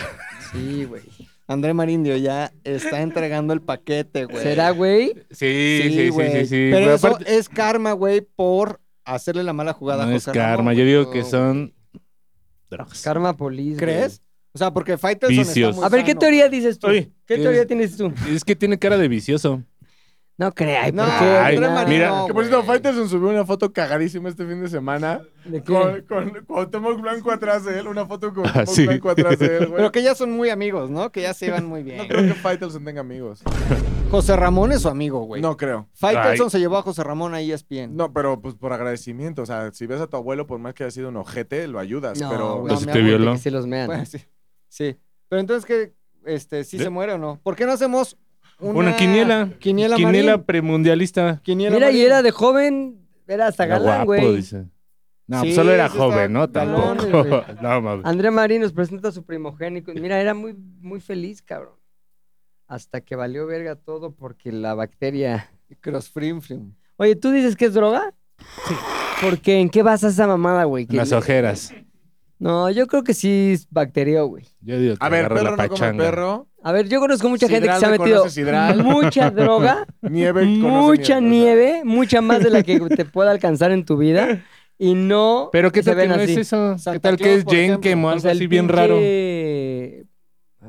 S1: Sí, güey.
S4: André Marindio ya está entregando el paquete, güey.
S1: ¿Será, güey?
S2: Sí, sí, sí, sí,
S4: güey.
S2: sí.
S4: Pero,
S2: Pero
S4: eso
S2: aparte-
S4: es karma, güey, por hacerle la mala jugada
S2: no
S4: a
S2: es
S4: José
S2: karma,
S4: Ramón,
S2: yo
S4: güey.
S2: digo que son drogas.
S1: Karma Police. güey.
S4: ¿Crees? O sea, porque Faitelson
S2: Vicios.
S4: está muy
S1: A ver, ¿qué
S4: sano,
S1: teoría dices tú?
S2: Oye,
S1: ¿Qué
S2: es-
S1: teoría tienes tú?
S2: Es que tiene cara de vicioso.
S1: No creas,
S4: No,
S1: ¿por qué?
S2: Ay,
S4: André Marín,
S2: mira.
S4: no,
S1: Oh,
S3: que por cierto,
S4: güey.
S3: Faitelson subió una foto cagadísima este fin de semana
S1: ¿De qué?
S3: con, con Cuauhtémoc Blanco atrás de él. Una foto con
S2: Ah,
S3: Cuauhtémoc
S2: sí.
S3: Blanco atrás de él, güey.
S4: Pero que ya son muy amigos, ¿no? Que ya se iban
S2: [LAUGHS]
S4: muy bien.
S3: No creo que Faitelson tenga amigos.
S4: José Ramón es su amigo, güey.
S3: No creo.
S4: Faitelson
S2: Ay.
S4: se llevó a José Ramón a E ESPN.
S3: No, pero pues por agradecimiento. O sea, si ves a tu abuelo, por más que haya sido un ojete, lo ayudas.
S1: No,
S3: pero pues,
S1: güey. Pues
S2: Entonces
S4: mi
S2: te
S4: amor,
S2: violó.
S1: Que sí los mean.
S4: Bueno, [LAUGHS] sí. Sí. Pero entonces, ¿qué? Este, ¿sí
S2: ¿De?
S4: se muere o no? ¿Por qué no hacemos una,
S2: Una quiniela.
S4: Quiniela, Marín?
S2: premundialista.
S4: Quiniela
S1: Mira, y
S4: Marín.
S1: era de joven, era hasta
S2: Era
S1: galán,
S2: guapo,
S1: güey.
S2: dice. No,
S4: Sí,
S2: pues solo era
S4: sí está
S2: joven, ¿no?
S4: galán,
S2: Tampoco.
S1: güey.
S2: [LAUGHS] no, mames.
S1: André Marín nos presenta a su primogénico. Mira, era muy, muy feliz, cabrón. Hasta que valió verga todo porque la bacteria.
S4: Crossfrimfrim.
S1: Oye, ¿tú dices que es droga? Sí. Porque ¿en qué vas a esa mamada, güey? Que-
S2: Las ojeras.
S1: No, yo creo que sí es bacteria, güey.
S2: Yo digo que
S3: A ver,
S2: agarra
S3: perro
S2: la
S3: no come
S2: pachanga.
S3: perro.
S1: A ver, yo conozco mucha gente que
S3: Sidral
S1: se ha
S3: no
S1: metido
S3: conoce sidral. [LAUGHS]
S1: mucha droga,
S3: Nieve.
S1: mucha
S3: conoce
S1: nieve, mucha más de la que te pueda alcanzar en tu vida y no.
S2: Pero qué
S1: se
S2: tal que
S1: ven
S2: no es
S1: así.
S2: eso.
S4: Santa
S2: ¿Qué tal
S4: Claus,
S2: que es
S4: por
S2: Jane
S4: ejemplo.
S2: Kemo?
S1: O
S2: Algo
S1: sea, el
S2: así bien
S1: pinche-
S2: raro.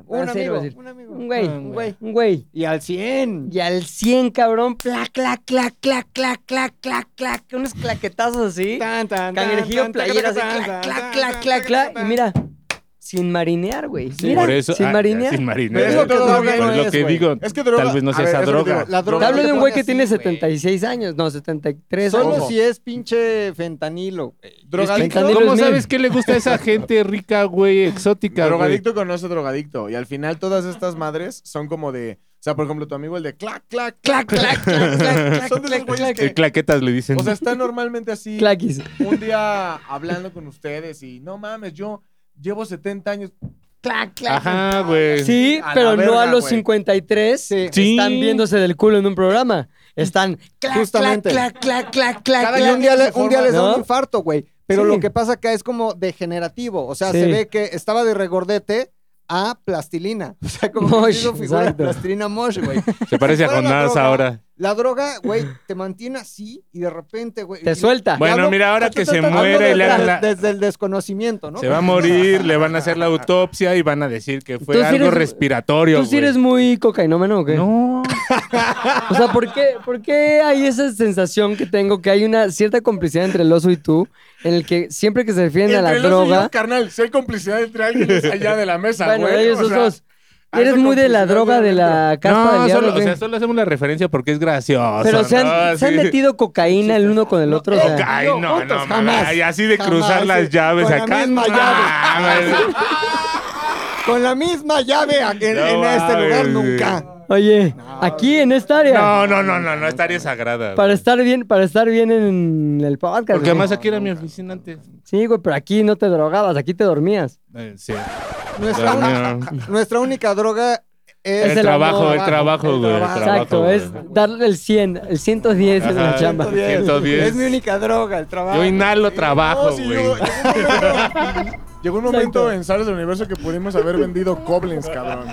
S4: Un
S1: Ah, sí, iba
S4: amigo,
S1: a decir.
S4: un amigo.
S1: Un güey,
S2: Ah,
S1: un
S2: güey.
S1: güey, un güey.
S4: Y al 100.
S1: Y al 100, cabrón, clac, clac, clac, clac, clac, clac, clac, clac, unos claquetazos así.
S4: Tan, tan, tan,
S1: Cangrejillo
S4: tan,
S1: playera así,
S4: tan, tan,
S1: clac, clac,
S4: tan,
S1: clac,
S4: tan,
S1: clac,
S4: tan,
S1: clac.
S4: tan,
S1: Y mira, sin marinear, güey. Mira,
S2: Por eso-
S1: sin
S2: ah, ya,
S1: marinear.
S2: Sin marinear.
S3: Pero es lo que
S2: Pues
S3: droga no
S2: lo
S3: es,
S2: que
S3: güey.
S2: digo.
S3: Es que droga-
S2: Tal vez no
S3: a
S2: sea
S3: ver,
S2: esa
S3: eso te digo,
S2: droga.
S4: La
S1: Te
S4: droga
S1: hablo
S4: te
S1: de un
S4: pone
S1: güey que
S4: así,
S1: tiene
S4: güey.
S1: 76 años, no, 73.
S4: Solo
S1: güey.
S4: si es pinche fentanilo. güey.
S3: Drogadicto.
S1: Fentanilo
S2: ¿Cómo
S1: es mil.
S2: sabes qué le gusta a esa gente rica, güey, exótica, güey?
S3: Drogadicto conoce drogadicto. Y al final todas estas madres son como de. O sea, por ejemplo, tu amigo el de clac, clac, clac, clac, clac,
S1: [LAUGHS]
S3: clac, clac. Son de esos güeyes
S2: El
S3: que.
S2: Eh, claquetas le dicen.
S3: O sea, está normalmente así.
S1: Claquis.
S3: Un día hablando con ustedes y no mames, yo llevo 70 años. Clac, clac.
S2: Ajá, güey.
S1: Sí,
S3: A la
S1: pero no
S3: verga,
S1: a los
S3: güey.
S1: 53
S2: Sí.
S1: están viéndose del culo en un programa. Están clac,
S4: Justamente.
S1: clac, clac, clac, clac, clac.
S4: Cada- y un día, le- un día les da
S1: ¿No?
S4: un infarto, güey. Pero
S1: Sí.
S4: lo que pasa acá es como degenerativo. O sea,
S1: Sí.
S4: se ve que estaba de regordete a plastilina. [LAUGHS] O sea, como que
S1: Mosh,
S4: hizo figura de
S1: exacto.
S4: plastilina mosh, güey.
S1: [LAUGHS]
S2: Se parece a
S4: fuera la
S2: Jonás
S4: droga,
S2: ahora.
S4: La droga, güey, te mantiene así y de repente, güey.
S1: Te
S4: y-
S1: suelta.
S2: Bueno, mira, ahora
S4: Yo te
S2: que
S4: estoy
S2: se
S4: tratando
S2: muere y
S4: de-
S2: le hagan la-
S4: Desde el desconocimiento, ¿no?
S2: Se va a morir, le van a
S3: [LAUGHS]
S2: hacer la autopsia y van a decir que fue
S1: Tú sí
S2: algo
S1: eres-
S2: respiratorio.
S1: ¿Tú sí
S2: güey.
S1: eres muy cocainómeno o qué?
S2: No.
S1: O sea, ¿por qué, ¿por qué hay esa sensación que tengo que hay una cierta complicidad entre el oso y tú, en el que siempre que se refieren a la
S3: Entre los y yo,
S1: droga,
S3: carnal, si hay complicidad entre alguien allá de la mesa,
S1: bueno,
S3: güey.
S1: de ellos
S3: o sea, oh,
S1: dos,
S3: hay
S1: eres
S3: una
S1: muy de la
S3: complicidad
S1: droga
S3: de
S1: de la caspa
S2: No,
S1: del diablo.
S2: solo, o
S1: ¿qué?
S2: sea, solo hacemos la referencia porque es gracioso.
S1: Pero se han,
S2: ¿no?
S1: se han
S2: Sí.
S1: metido cocaína el uno con el otro. o sea.
S2: Ok, Ay, no, no,
S4: juntos,
S2: mamá.
S4: jamás.
S2: Y así de cruzar
S4: Jamás,
S2: las
S4: sí.
S2: llaves
S4: Con la
S2: acá. no,
S4: misma llave. [LAUGHS]
S2: mames.
S4: [LAUGHS] Con la misma llave aquí en,
S2: No
S4: en este
S2: mames,
S4: lugar
S2: güey.
S4: nunca.
S1: Oye, aquí en esta área.
S2: No, no, no, no, no estaría sagrada.
S1: Para
S2: güey.
S4: este
S1: estar bien, para estar bien en el podcast.
S2: Porque
S1: güey.
S2: además aquí era mi oficina
S4: [LAUGHS]
S2: antes.
S1: Sí, güey, pero aquí no te drogabas, aquí te dormías.
S2: Eh, Sí.
S4: Nuestra,
S2: No,
S4: única- nuestra única droga es
S2: El,
S1: el
S2: trabajo,
S1: amor,
S2: el trabajo, güey. el
S4: trabajo,
S1: Exacto,
S2: trabajo,
S1: es
S2: güey.
S1: darle el 100, el 110 en la
S2: Ajá.
S1: chamba.
S2: 110.
S4: Es mi única droga, el trabajo.
S2: Yo inhalo
S3: No,
S2: trabajo,
S3: sí,
S2: güey.
S3: llegó, llegó un momento
S1: Exacto.
S3: en Salas del Universo que pudimos haber vendido goblins, cabrón.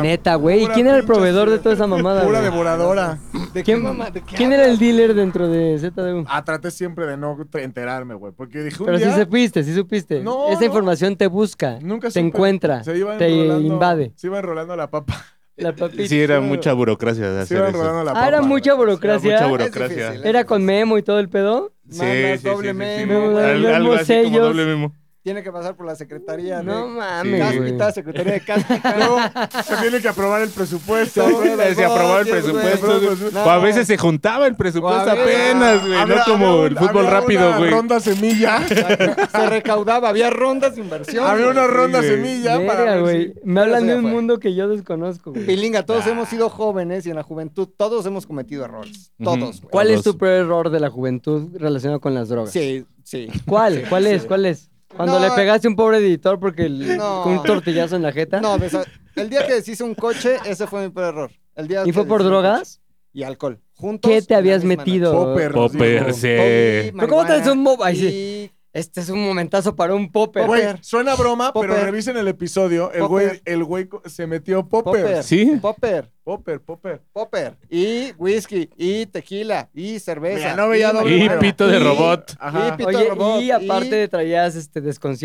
S1: Neta, güey.
S3: Pura
S1: ¿Quién era el
S3: pinche
S1: proveedor de
S3: ciudad.
S1: toda esa mamada?
S3: Pura
S1: güey?
S3: devoradora.
S4: ¿De
S1: ¿Quién,
S4: mamá- de qué
S1: quién era el dealer dentro de ZDU?
S3: Ah, traté siempre de no tre- enterarme, güey. Porque dije un
S1: Pero sí
S3: día...
S1: supiste, sí supiste.
S3: No,
S1: Esa
S3: no.
S1: información te busca,
S3: Nunca
S1: te
S3: supe.
S1: encuentra,
S3: Se iba
S1: te
S3: enrolando-
S1: invade.
S3: Se iba enrolando la
S2: [LAUGHS]
S3: papa.
S1: La papita.
S2: Sí, era mucha burocracia de
S3: Se
S2: hacer
S3: iba
S2: eso.
S3: enrolando la
S1: Ah,
S3: papa.
S1: era
S3: güey.
S1: mucha burocracia.
S2: Era mucha
S4: Es
S2: burocracia.
S4: difícil,
S1: Era con memo y todo el pedo.
S2: Sí,
S4: Mamas,
S2: sí, sí,
S4: doble
S2: sí, sí,
S4: memo,
S2: memo. Al-
S1: doble
S2: Algo así como
S1: sellos.
S2: doble memo.
S4: Tiene que pasar por la secretaría,
S1: No
S4: ¿no?
S1: mames,
S2: Sí.
S1: güey.
S4: Cáspita, secretaría de cáspita.
S3: [LAUGHS] Luego se tiene que aprobar el presupuesto. güey.
S2: Se aprobaba el
S4: güey.
S2: presupuesto. güey.
S4: No.
S2: O a veces se juntaba el
S4: O
S2: presupuesto
S4: a
S2: [LAUGHS]
S4: veces-
S2: apenas, güey. No
S3: Habrá-
S2: como
S3: habrá
S2: el
S3: un-
S2: fútbol
S3: habrá
S2: rápido,
S3: una
S2: güey.
S3: Ronda semilla.
S4: Se recaudaba, había rondas de inversión.
S3: Había
S4: güey.
S3: una ronda
S2: güey.
S3: semilla para
S1: Verga,
S3: ver
S1: güey.
S3: si-
S1: Me hablan
S4: Eso ya
S1: de un
S4: fue.
S1: mundo que yo desconozco, güey.
S4: Pilinga, todos hemos sido jóvenes y en la juventud todos hemos cometido errores.
S2: Ujú.
S4: Todos, güey.
S1: ¿Cuál es
S2: Todos.
S1: tu peor error de la juventud relacionado con las drogas?
S4: Sí, sí.
S1: ¿Cuál? ¿Cuál es? ¿Cuál es? Cuando
S4: No,
S1: le pegaste a un pobre editor porque el-
S4: No.
S1: con un tortillazo en la jeta.
S4: No, besa- el día que deshice un coche, ese fue mi peor error. El día
S1: ¿Y
S4: que
S1: fue por
S4: deshice un
S1: drogas?
S4: coche Y alcohol. Juntos.
S1: ¿Qué te
S4: en la
S1: habías
S4: misma
S1: metido?
S3: Popper. nos
S2: Popper,
S3: dijo.
S2: sí.
S4: noche.
S1: ¿Pero cómo
S4: marihuana
S1: traes un mobile?
S4: y-
S1: Este es un momentazo para un popper.
S3: Güey, suena broma, pero
S4: Popper.
S3: revisen el episodio. El
S4: Popper.
S3: güey, el güey co- se metió popper.
S4: Popper.
S2: ¿Sí?
S4: Popper.
S3: Popper, popper.
S4: Popper. Y whisky. Y tequila. Y cerveza.
S3: Mira, no veía
S4: y
S3: doble
S2: Y
S4: marihuana,
S3: Bueno.
S2: pito de
S4: y-
S2: robot.
S3: Ajá.
S4: pito
S1: Oye,
S4: robot,
S1: y aparte traías este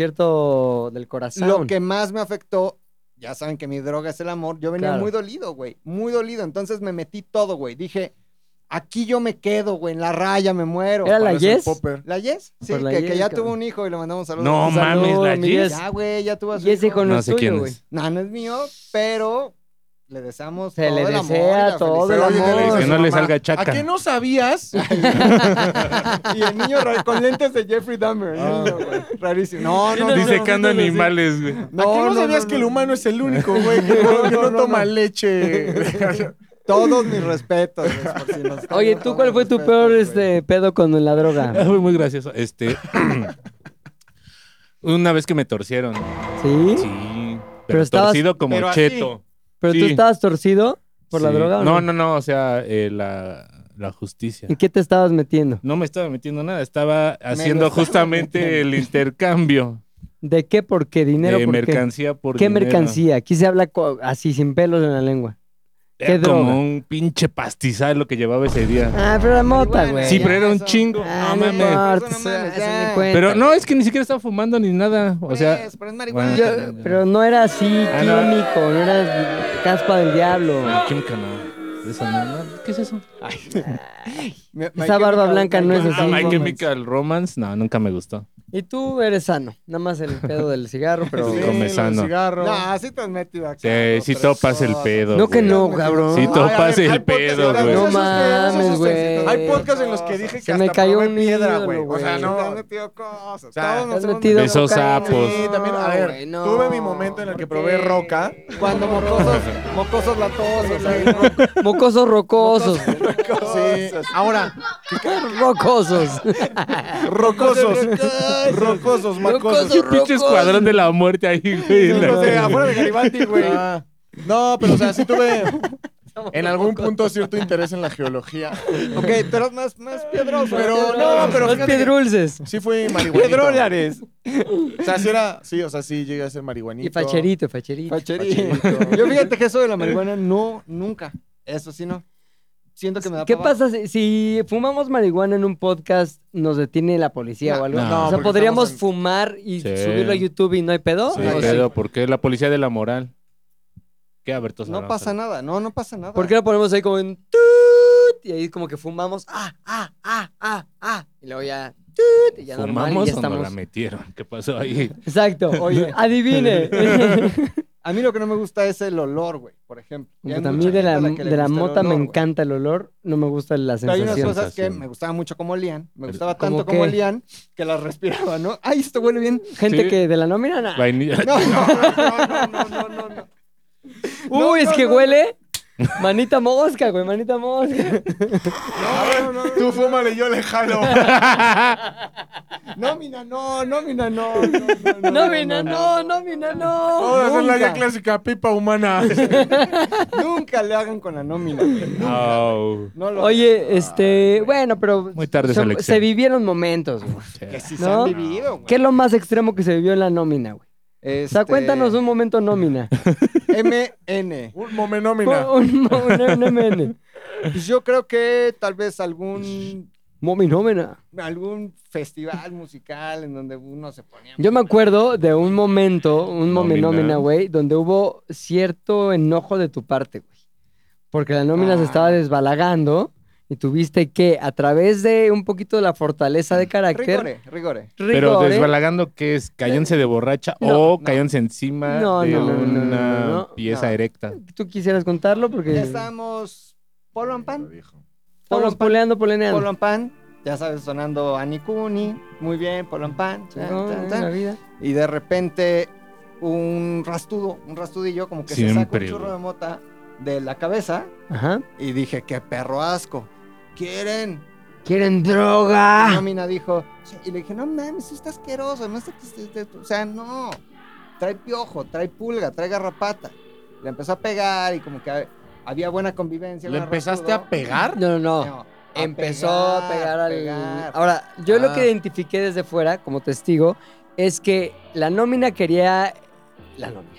S1: desconcierto del corazón.
S4: Lo que más me afectó, ya saben que mi droga es el amor, yo venía
S1: Claro.
S4: muy dolido, güey, muy dolido. Entonces me metí todo, güey. Dije, aquí yo me quedo, güey, en la raya me muero.
S1: Era la
S3: Parece
S1: Yes.
S4: [LAUGHS]
S3: Popper.
S4: ¿La Yes? Sí,
S1: Por la
S4: que, que
S1: Yes,
S4: ya
S1: cabrón.
S4: tuvo un hijo y le mandamos saludos.
S2: No
S1: Un saludo,
S2: mames, la
S1: amigues.
S2: Jess.
S4: Ya, güy, ya tuvo a su
S1: Y ese
S4: hijo.
S1: con
S2: No
S1: el
S2: sé quién
S1: tuyo, güey.
S2: es.
S4: No, no es mío, pero le deseamos
S1: Se
S4: todo
S1: le
S4: el amor y
S1: desea
S4: la
S1: todo
S4: felicidad.
S1: el
S3: oye, ¿qué le
S1: amor.
S3: dices
S2: Que
S3: a
S2: no
S3: su
S2: le
S3: mamá?
S2: salga chaca.
S3: ¿A qué no sabías?
S4: Y el niño ra- con lentes de Jeffrey Dammer. el
S3: Ah.
S4: niño, güey. Rarísimo. No, no, no.
S2: Dice que anda animales, güey.
S3: ¿A qué no, sabías que el humano es el único, güey, que no, que
S4: [LAUGHS]
S3: no
S4: no,
S3: toma
S4: no.
S3: leche?
S4: [LAUGHS] Todos mis respetos. güey, por si nos están
S1: Oye,
S4: viendo,
S1: ¿tú cuál
S4: mis
S1: fue tu
S4: respetos,
S1: peor
S4: güey.
S1: este pedo con la
S4: [LAUGHS]
S1: droga?
S2: Fue muy gracioso. Este. [CLEARS THROAT] Una vez que me torcieron.
S1: ¿Sí?
S2: Sí. Pero,
S1: Pero estabas-
S2: torcido como
S4: pero así.
S2: cheto.
S1: ¿Pero
S2: sí.
S1: tú estabas torcido por la
S2: Sí.
S1: droga o no?
S2: No, no, no. O sea, eh, la, la justicia.
S1: [LAUGHS] ¿En qué te estabas metiendo?
S2: No me estaba metiendo nada. Estaba haciendo
S4: estaba
S2: justamente
S4: metiendo.
S2: el intercambio
S1: ¿De qué? ¿Por qué? ¿Dinero
S2: de
S1: por qué?
S2: Eh, mercancía por
S1: ¿Qué
S2: dinero.
S1: mercancía? Aquí se habla co- así, sin pelos en la lengua.
S2: Era
S1: ¿Qué
S2: como
S1: droga?
S2: un pinche pastizal lo que llevaba ese día.
S1: Ah, pero la mota,
S4: Marihuana,
S1: güey.
S2: Sí,
S4: ya,
S2: pero era un
S4: eso.
S2: chingo.
S1: Ah, no
S2: no mames.
S1: importa,
S4: Eso no mames,
S1: eso
S4: ya.
S1: ni cuenta.
S2: Pero no, es que ni siquiera estaba fumando ni nada. O sea,
S4: Pues, pero es marihuana.
S2: bueno,
S1: Yo- pero no era así
S2: Ah, no.
S1: químico, no era caspa del diablo.
S2: química no. De esa no, no. ¿Qué es eso?
S4: Me-
S1: Esa
S4: My
S1: barba
S4: Chemical-
S1: blanca
S4: My
S1: no es
S4: Chemical
S1: así.
S2: Ah, My
S1: Romance.
S2: Chemical Romance, no, nunca me gustó.
S1: Y tú eres sano, nada más el pedo del cigarro, pero...
S2: Sí.
S3: come
S2: comezano.
S3: cigarro.
S4: No, así te has metido acá.
S2: Sí, sí topas el pedo.
S1: No que
S2: güey.
S1: no, cabrón.
S2: Sí
S3: Ay, a
S2: topas
S3: ver, hay
S2: el pedo,
S3: podcast,
S2: güey.
S1: No
S3: Esos
S1: mames,
S3: pedos,
S1: güey.
S3: Hay podcasts en los que dije que
S1: Se
S3: hasta
S1: me cayó
S3: probé
S1: un
S3: piedra,
S1: ídolo,
S3: güey. O sea,
S1: güey.
S4: No, te has
S3: no.
S4: metido cosas. Todos
S3: sea,
S1: te has
S4: nos hemos
S1: metido
S2: Besos
S1: cocaína. Ah,
S2: sapos.
S3: Sí, también, a ver,
S1: güey, no.
S3: tuve mi momento en el que probé roca.
S4: Cuando [LAUGHS] mocosos, mocosos latosos. ahí, ¿no?
S1: Mocosos rocosos.
S3: [LAUGHS] Sí. Ahora,
S1: [LAUGHS] rocosos.
S3: Ah, rocosos. rocosos, macosos.
S1: Rocosos.
S2: Pinche escuadrón de la muerte ahí, güey.
S3: Sí,
S2: La-
S1: Ah,
S3: no sé, afuera de Garibaldi, güey. No, pero o sea, sí tuve. en algún punto cierto interés en la geología.
S4: Ok, pero más, más piedroso.
S3: Pero no, pero
S1: Los
S3: fíjate que
S1: piedrulces.
S3: sí fui marihuanito.
S4: Piedrolares.
S3: O sea, sí era, sí, o sea, sí llegué a ser marihuanito.
S1: Y facherito, facherito.
S4: Facherito.
S3: Facherito.
S4: Yo fíjate que eso de la marihuana, no, nunca. Eso sí, no. Siento que me da
S1: ¿Qué
S4: pava.
S1: pasa si, si fumamos marihuana en un podcast, nos detiene la policía o algo?
S2: no,
S1: o sea,
S3: porque
S1: podríamos
S3: estamos
S1: fumar y
S2: Sí.
S1: subirlo a YouTube y no hay pedo.
S2: Sí,
S1: ¿O sí?
S2: pero ¿por qué? La policía de la moral. ¿Qué, Alberto
S4: No
S2: Sarabia?
S4: pasa nada, no, no pasa nada.
S1: ¿Por qué lo ponemos ahí como en tut? Y ahí como que fumamos, ah, ah, ah, ah, ah. Y luego ya, tut, y ya normal y
S2: ¿Fumamos
S1: ya
S2: o nos
S1: estamos.
S2: la metieron? ¿Qué pasó ahí? [LAUGHS]
S1: Exacto, oye, adivine.
S4: A mí lo que no me gusta es el olor, güey, por ejemplo. Y hay
S1: Puta, a
S4: mucha
S1: mí de
S4: gente
S1: la,
S4: a que le
S1: de la
S4: gusta el
S1: mota me
S4: olor, güey.
S1: encanta el olor, no me gusta la
S4: Pero hay
S1: sensación.
S4: unas cosas que
S2: Sensación.
S4: me gustaba mucho como olían. Me gustaba
S1: ¿Cómo
S4: tanto como
S1: qué?
S4: olían que las respiraba, ¿no? Ay, esto huele bien.
S1: Gente
S2: Sí.
S1: que de la nómina, nada.
S2: Vainilla.
S4: No, no, no, no, no, no.
S1: Uy,
S4: No,
S1: es
S4: no,
S1: que
S4: no,
S1: huele. Manita mosca, güey, manita mosca.
S4: No, no, no,
S3: Tú fúmale, yo
S4: [LAUGHS]
S3: le jalo.
S4: no, mina, no, no, mina, no. no, No,
S1: No, mina, no, no, mina,
S3: Vamos a
S1: no.
S3: hacer la ya
S4: Nunca.
S3: clásica pipa humana.
S4: Nunca le hagan con la nómina, güey.
S2: Au.
S4: No lo
S1: Oye, este, bueno, pero
S2: Muy tarde esa
S1: son-
S2: lección.
S1: se vivieron momentos, güey.
S4: que sí
S1: ¿no?
S4: se han vivido, güey.
S1: ¿Qué es lo más extremo que se vivió en la nómina, güey? O sea,
S4: Este,
S1: cuéntanos un momento
S4: [LAUGHS]
S1: nómina.
S4: MN.
S3: Un
S1: [LAUGHS]
S3: momenómina.
S1: un, un, un MN.
S4: Pues yo creo que tal vez algún
S1: Momi nómina.
S4: algún festival musical en donde uno se ponía.
S1: Yo me acuerdo de un momento, un momi
S2: Nómina.
S1: nómina, güey, donde hubo cierto enojo de tu parte, güey. Porque la nómina
S4: Ah.
S1: se estaba desbalagando y tuviste que, a través de un poquito de la fortaleza de carácter,
S4: Rigore, rigore.
S2: Pero
S1: rigor, ¿eh?
S2: desbalagando, ¿qué es? ¿Cállense de borracha
S1: No,
S2: o cállense encima
S1: No,
S2: de
S1: no, no, no, no,
S2: una
S1: no, no.
S2: pieza
S4: No.
S2: erecta?
S1: Tú quisieras contarlo porque
S4: Ya estábamos polo and
S3: eh,
S4: pan,
S1: estamos poleando, poleneando.
S4: polo and pan, ya sabes sonando Anikuni, muy bien, polo and pan, tan,
S1: No,
S4: tan,
S1: en
S4: tan.
S1: la vida.
S4: y de repente un rastudo, un rastudillo como que se saca un
S2: Siempre,
S4: churro
S2: güey.
S4: de mota de la cabeza
S1: Ajá.
S4: y dije, qué perro asco. ¿Quieren?
S1: ¡Quieren
S4: Y
S1: droga!
S4: Nómina dijo, "Sí", y le dije, no mames, está asqueroso, no está- está- está- este, o sea, no, trae piojo, trae pulga, trae garrapata. Le empezó a pegar y como que había buena convivencia.
S3: ¿Le
S4: buena
S3: empezaste
S4: rastudo.
S3: a pegar?
S1: No, no, no.
S4: No, a
S1: Empezó a pegar al.
S4: pegar.
S1: Ahora, yo lo
S3: Ah.
S1: que identifiqué desde fuera como testigo es que la nómina quería. La nómina.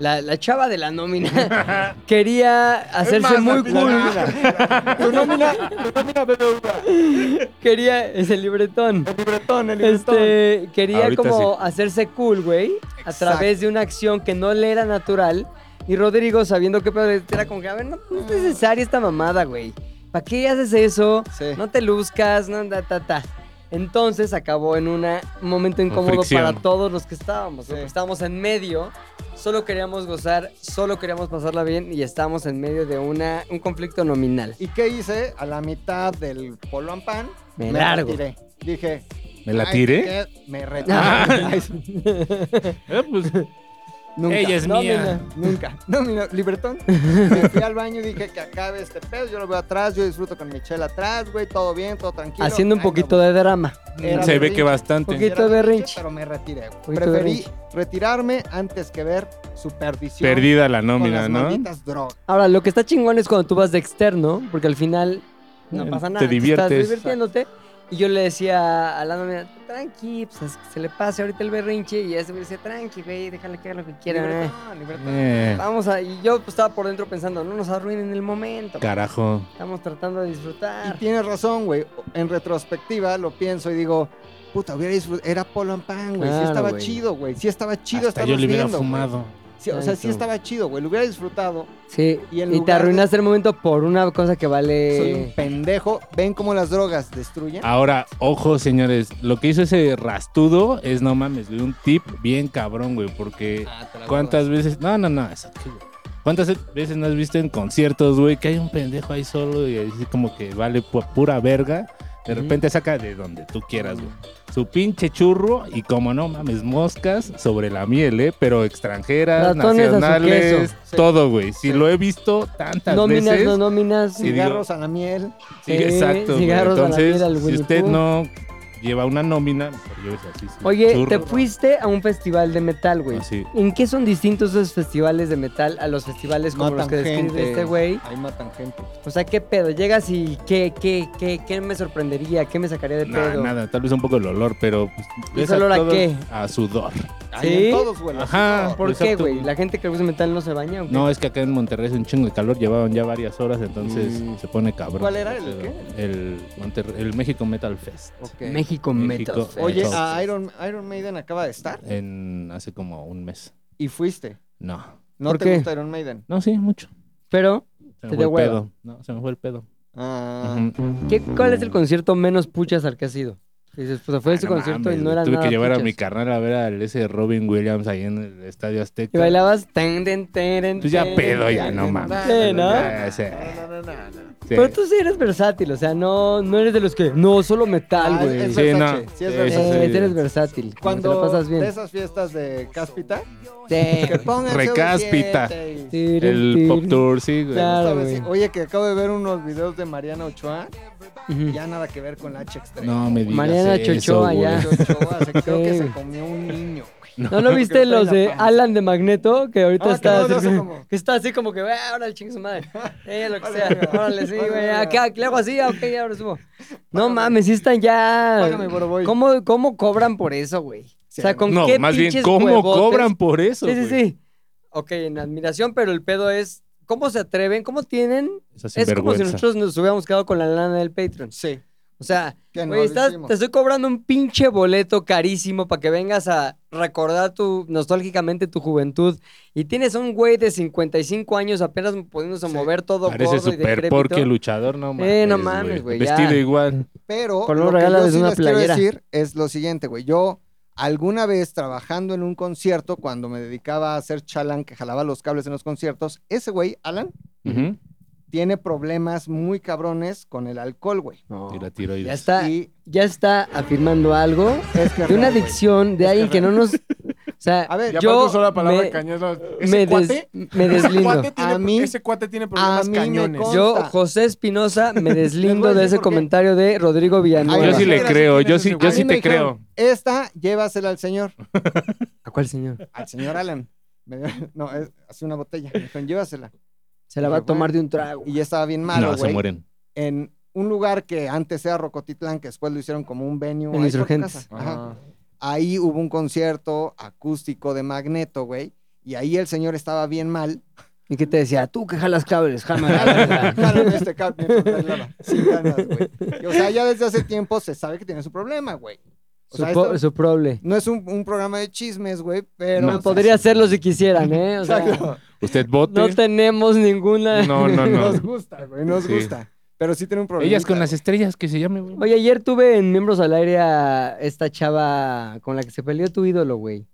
S1: La, la chava de la nómina quería hacerse
S3: más,
S1: muy
S3: al final-
S1: cool.
S4: Tu nómina, tu nómina, bebé,
S1: Quería. Es el libretón.
S4: el libretón, el libretón.
S1: Este, quería
S2: Ahorita
S1: como hacerse cool, güey, a
S4: Exacto.
S1: través de una acción que no le era natural. Y Rodrigo, sabiendo que pedo, era como que, a ver, no, no es necesaria esta mamada, güey. ¿Para qué haces eso?
S4: Sí.
S1: No te luzcas, no, ta, ta, ta. Entonces acabó en una- un momento incómodo
S2: fricción.
S1: para todos los que estábamos. ¿no?
S4: Sí.
S1: Estábamos en medio, solo queríamos gozar, solo queríamos pasarla bien y estábamos en medio de una, un conflicto nominal.
S4: ¿Y qué hice? A la mitad del polo and pan,
S1: Me largo.
S4: retiré. Dije,
S2: ¿Me la
S4: "Ay,
S2: tiré?
S4: qué- Me
S1: [LAUGHS] Ah.
S4: retiré.
S2: Eh, pues,
S4: Nunca.
S2: Ella es
S4: no,
S2: mía.
S4: mina, nunca. No, mira, Libertón. Me fui al baño y dije que acabe este pedo. Yo lo veo atrás, yo disfruto con Michelle atrás, güey, todo bien, todo tranquilo.
S1: Haciendo un
S4: pues,
S1: poquito de drama.
S4: Era
S2: se ve
S4: berrinche.
S2: que bastante.
S1: Poquito de berrinche.
S4: Pero me retiré. güey.
S1: Poquito de
S4: Preferí
S1: berrinche.
S4: retirarme antes que ver su perdición.
S2: Perdida la
S4: con
S2: nómina,
S4: las
S2: ¿no?
S4: malditas drogas.
S1: Ahora, lo que está chingón es cuando tú vas de externo, porque al final no
S2: Eh,
S1: pasa
S2: te
S1: nada.
S2: diviertes.
S1: Estás divirtiéndote. Y yo le decía a la novia, tranqui, pues es que se le pase ahorita el berrinche. Y ella me decía, tranqui, güey, déjale que haga lo que quiera.
S4: Libertón, libertón.
S2: Eh,
S1: Vamos a... Y yo pues, estaba por dentro pensando, no nos arruinen el momento.
S2: carajo.
S1: Estamos tratando de
S4: Y
S2: Ah.
S1: disfrutar.
S4: tienes razón, güey. En retrospectiva lo pienso y digo, puta, hubiera disfrutado. Era polo and pan, güey. sí
S1: Claro,
S4: estaba
S1: güey.
S4: chido, güey. Sí estaba chido.
S2: Hasta
S4: estarnos
S2: yo le hubiera
S4: viendo, güey.
S2: fumado.
S4: Sí, o sea,
S1: Exacto.
S4: sí estaba chido, güey. Lo hubiera disfrutado.
S1: Sí.
S4: Y
S1: Y,
S4: en
S1: te
S4: lugar
S1: arruinaste el momento por una cosa que
S4: Soy un
S1: vale...
S4: Eh, pendejo. ¿Ven cómo las drogas destruyen?
S2: Ahora, ojo, señores. Lo que hizo ese rastudo es, no mames, güey, un tip bien cabrón, güey. Porque cuántas veces... No, no, no. eso qué, güey. ¿Cuántas veces no has visto en conciertos, güey, que hay un pendejo ahí solo y así como que vale pu- pura verga? De repente saca de donde tú quieras, güey. Su pinche churro y como no mames, moscas sobre la miel, ¿eh? Pero extranjeras,
S1: Ratones a su
S2: nacionales,
S1: queso.
S4: Sí.
S2: todo, güey. Si
S4: Sí.
S2: lo he visto tantas
S1: Nóminas,
S2: veces.
S1: no nóminas.
S2: Sí,
S4: Cigarros a la miel.
S2: Sí,
S1: Eh,
S2: exacto. güey.
S1: cigarros a la
S2: Entonces,
S1: miel al
S2: si
S1: Winnie
S2: usted
S1: Pooh.
S2: no lleva una nómina, mejor lleves así. sí.
S1: Oye, te
S2: Churro.
S1: fuiste a un festival de metal, güey.
S2: Así.
S1: ¿En qué son distintos esos festivales de metal a los festivales como los
S4: Matan
S1: que describe
S4: gente.
S1: este güey?
S4: Ahí matan gente.
S1: O sea, ¿qué pedo? Llegas y ¿qué, qué, qué, qué me sorprendería? ¿Qué me sacaría de
S2: Nah,
S1: pedo?
S2: nada, tal vez un poco el olor, pero. Pues, ves
S1: olor a
S2: todo-
S1: qué?
S2: A sudor.
S4: Ahí
S1: ¿Sí?
S4: en todos, güey.
S2: Ajá.
S1: ¿Por qué,
S2: exacto.
S1: güey? ¿La gente que usa metal no se baña? o qué?
S2: No, es que acá en Monterrey es un chingo de calor, llevaban ya varias horas, entonces se pone cabrón.
S4: Mm. ¿Cuál era el qué?
S2: El, Monterrey- el México Metal Fest.
S4: Ok.
S1: México,
S2: México.
S1: Metal. Fest.
S4: Oye,
S2: Entonces.
S4: a Iron, Iron Maiden acaba de estar
S2: En, hace como un mes.
S4: y fuiste.
S2: No.
S4: ¿No
S1: ¿Por
S4: te
S1: qué?
S4: gusta Iron Maiden?
S2: No, sí, mucho.
S1: Pero, Te
S2: Se me fue
S1: dio
S2: el
S1: hueva. pues,
S2: pedo. No, se me fue el pedo.
S4: Ah,
S2: Ujú.
S1: ¿qué, ¿cuál es el concierto menos puchas al que has ido? Dices, pues fue
S2: Ah,
S1: ese
S2: no
S1: concierto
S2: mames,
S1: y no
S2: güey.
S1: era
S2: Tuve
S1: nada
S2: que llevar a
S1: puchas.
S2: mi carnal a ver al ese Robin Williams ahí en el Estadio Azteca.
S1: Y bailabas... Ten, ten, ten, ten,
S2: Pues ya
S1: ten,
S2: pedo, ya,
S1: ten,
S2: no
S1: ten.
S2: mames.
S1: Sí, ¿no?
S2: Ya, sí,
S3: No, no, no, no.
S2: sí.
S1: Pero tú sí eres versátil, o sea, no, no eres de los que... No, solo metal,
S4: Ah,
S1: güey.
S4: es- es
S2: Sí, no.
S4: Versace, sí es
S2: Sí,
S1: Eh,
S4: Versace.
S2: sí, sí.
S1: eres versátil. Cuando
S4: Cuando
S1: te lo pasas
S4: de
S1: bien.
S4: esas fiestas de Cáspita,
S1: Sí,
S4: [LAUGHS] que pongan
S2: Recáspita.
S1: tirin,
S2: El
S1: tirin.
S2: Pop Tour, sí, güey.
S1: Claro.
S4: Oye, que acabo de ver unos videos de Mariana Ochoa,
S1: Ujú.
S4: ya nada que ver con la H extrema.
S2: No me digas
S1: Mariana
S2: eso,
S1: Chochoa,
S2: güey.
S1: ya.
S4: Ochoa, se- creo que
S1: Sí.
S4: se comió un niño. güey.
S1: ¿No lo viste
S4: Creo que
S1: los
S4: trae
S1: de
S4: la panza.
S1: Alan de Magneto? Que ahorita
S4: Ah, que
S1: está,
S4: no, no
S1: así,
S4: sé
S1: que,
S4: cómo.
S1: está así como que, "Ah, órale, chingue su
S4: [LAUGHS]
S1: madre. Eh, lo que
S4: Órale,
S1: sea.
S4: venga.
S1: Órale, sí,
S4: Órale,
S1: güey.
S4: venga.
S1: Acá, le hago así, Ah, ok, ya lo
S4: [LAUGHS]
S1: subo. No mames, sí están ya.
S4: Págame, bro, voy.
S1: ¿Cómo, ¿Cómo cobran por eso, güey? O sea, ¿con
S2: No,
S1: qué
S2: más bien,
S1: pinches
S2: ¿cómo
S1: huevotes?
S2: cobran por eso?
S1: Sí, sí,
S2: güey?
S1: sí. Ok, en admiración, pero el pedo es, ¿cómo se atreven? ¿Cómo tienen?
S2: Esa
S1: Es como si
S2: sinvergüenza.
S1: nosotros nos hubiéramos quedado con la lana del Patreon.
S4: Sí.
S1: O sea,
S4: Que no
S1: güey,
S4: lo
S1: estás-
S4: hicimos.
S1: te estoy cobrando un pinche boleto carísimo para que vengas a recordar tu nostálgicamente tu juventud. Y tienes a un güey de 55 años apenas pudiéndose
S4: Sí.
S1: mover todo
S2: Parece
S1: gordo y
S2: super
S1: decrépito.
S2: porque luchador, no mames.
S1: no mames, güey, ya.
S2: Vestido igual.
S4: Pero
S1: Con un
S4: lo que
S1: regalo
S4: yo
S1: de
S4: sí
S1: una
S4: les quiero
S1: playera.
S4: decir es lo siguiente, güey. Yo alguna vez trabajando en un concierto, cuando me dedicaba a hacer chalán que jalaba los cables en los conciertos, ese güey, Alan,
S2: Ujú.
S4: tiene problemas muy cabrones con el alcohol, güey.
S2: Y la tiroides.
S1: Ya está,
S4: Y
S1: ya está afirmando algo
S4: es que... es
S1: de una
S4: real, güey.
S1: adicción de alguien que no nos... O sea,
S4: A ver,
S3: Y aparte
S1: Yo
S3: usó la palabra
S1: me-
S3: cañón. Ese
S1: me, des-
S3: cuate,
S4: [LAUGHS]
S1: me
S3: ese
S1: deslindo.
S3: cuate tiene-
S4: A mí-
S3: ese cuate tiene
S4: a
S3: problemas
S4: mí me
S3: cañones.
S4: consta.
S1: Yo, José Espinosa, me
S4: [LAUGHS] voy a
S1: deslindo
S4: decir
S1: de ese
S4: por qué.
S1: comentario de Rodrigo Villanueva.
S2: Yo
S4: Ahí
S2: sí
S4: va.
S2: le
S3: Mira, sí
S2: creo,
S3: tiene
S2: yo
S3: ese
S2: sí, yo
S3: güey.
S4: A
S2: sí
S4: mí me
S2: te creo.
S4: dijeron, Esta, llévasela al señor.
S1: ¿A cuál señor?
S4: Al señor Alan. Me dio- no, es, hace una botella. Me dijeron, llévasela.
S1: Se la va a
S4: Dije, bueno.
S1: tomar de un trago.
S4: Y ya estaba bien malo,
S2: No,
S4: güey.
S2: se mueren.
S4: en un lugar que antes era Rocotitlán, que después lo hicieron como un venue.
S1: En
S4: ahí por tu
S1: Insurgentes.
S4: casa. Ajá.
S3: Ajá.
S4: Ahí hubo un concierto acústico de Magneto, güey. Y ahí el señor estaba
S1: [LAUGHS]
S4: bien mal.
S1: ¿Y qué te decía? Tú que jalas cables, jamás.
S4: [LAUGHS] Jálame este cable, mientras bailaba, sin ganas, güey. Y, O sea, ya desde hace tiempo se sabe que tiene su problema, güey. O
S1: su,
S4: sea,
S1: po-
S4: esto
S1: su proble.
S4: no es un, un programa de chismes, güey, pero...
S2: No,
S4: o sea,
S1: Podría hacerlo si quisieran, ¿eh? O sea,
S4: Exacto.
S2: ¿Usted vote?
S1: no tenemos ninguna.
S2: No, no, [LAUGHS]
S4: Nos
S2: no.
S4: gusta, güey, nos
S2: Sí.
S4: gusta. Pero sí tiene un problema.
S2: Ellas con las estrellas que se llame, güey.
S1: Oye, ayer tuve en Miembros al Aire a esta chava con la que se peleó tu ídolo, güey.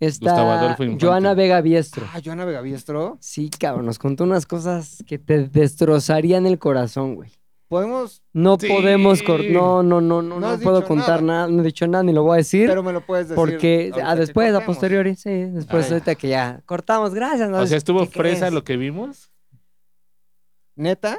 S2: Gustavo
S1: Esta
S2: Adolfo Infante.
S1: Joana Vega Biestro.
S4: Ah, Joana Vega Biestro.
S1: Sí, cabrón, nos contó unas cosas que te destrozarían el corazón, güey.
S4: Podemos...
S1: No
S2: Sí.
S1: podemos cortar. No, no, no, no,
S4: No
S1: no,
S4: has
S1: puedo
S4: dicho
S1: contar nada. no he dicho nada ni lo voy a decir.
S4: Pero me lo puedes decir.
S1: porque
S4: ahorita
S1: ah,
S4: que
S1: después, a
S4: cortemos.
S1: posteriori, sí, después
S2: Ah.
S1: ahorita que ya cortamos, gracias.
S2: O sea, estuvo fresa
S1: lo
S2: lo que vimos.
S4: ¿Neta?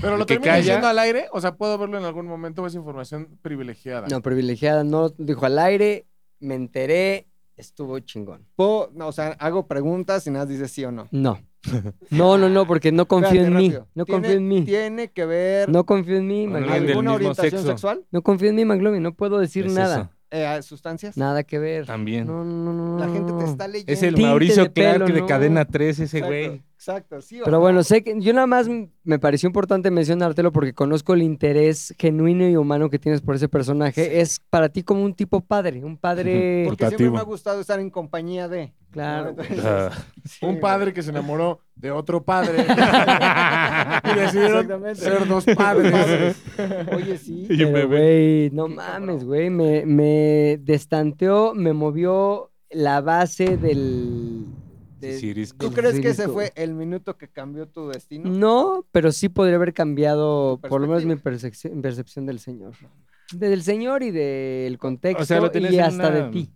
S3: Pero
S2: El
S3: lo
S2: que
S3: termina
S2: calla.
S3: diciendo al aire, o sea, puedo verlo en algún momento, o es información privilegiada.
S1: No, privilegiada, no dijo al aire, me enteré, estuvo chingón.
S4: Puedo- no, o sea, hago preguntas y nada más dice sí o no.
S1: No. [LAUGHS] No, no, no, porque no confío en
S4: Espérate,
S1: mí.
S4: rápido.
S1: No
S4: Tiene-
S1: confío en mí.
S4: Tiene que ver
S1: No confío en mí,
S2: Con
S1: McLovin.
S2: alguien del
S4: alguna
S2: mismo
S4: orientación
S2: sexo.
S4: sexual,
S1: No confío en mí, McLovin. No puedo decir
S2: Es
S1: nada.
S4: eh, a sustancias.
S1: Nada que ver.
S2: También.
S1: No, no, no, no.
S4: La gente
S1: no.
S4: te está leyendo.
S2: Es el
S1: Tinte de
S2: Mauricio
S1: pelo,
S2: Clark de
S1: no.
S2: Cadena 3, ese
S4: Exacto,
S2: güey.
S4: Exacto, sí. o
S1: Pero
S4: no.
S1: bueno, sé que yo nada más m- me pareció importante mencionártelo porque conozco el interés genuino y humano que tienes por ese personaje. Es para ti como un tipo padre, un padre...
S4: Porque siempre
S2: Putativo.
S4: me ha gustado estar en compañía de. [LAUGHS]
S1: Claro.
S4: ¿no? Entonces,
S2: Ah,
S4: sí,
S3: Un
S4: güey.
S3: padre que se enamoró de
S1: [LAUGHS]
S3: otro padre. [LAUGHS] y decidieron
S4: Exactamente.
S3: ser dos padres.
S4: Oye, sí.
S2: Y un
S1: Pero,
S2: bebé.
S1: güey, no
S4: Qué
S1: mames,
S4: cabrón.
S1: güey. Me, me destanteó, me movió la base del. de-
S2: Sisirisco.
S4: ¿Tú
S1: del
S4: crees que ese
S1: cirisco.
S4: fue el minuto que cambió tu destino?
S1: No, pero sí podría haber cambiado,
S4: Tu
S1: por lo menos mi percepción, percepción del señor. Del señor y del contexto
S2: O sea, lo tenías
S1: y
S2: en
S1: hasta
S2: una-
S1: de ti.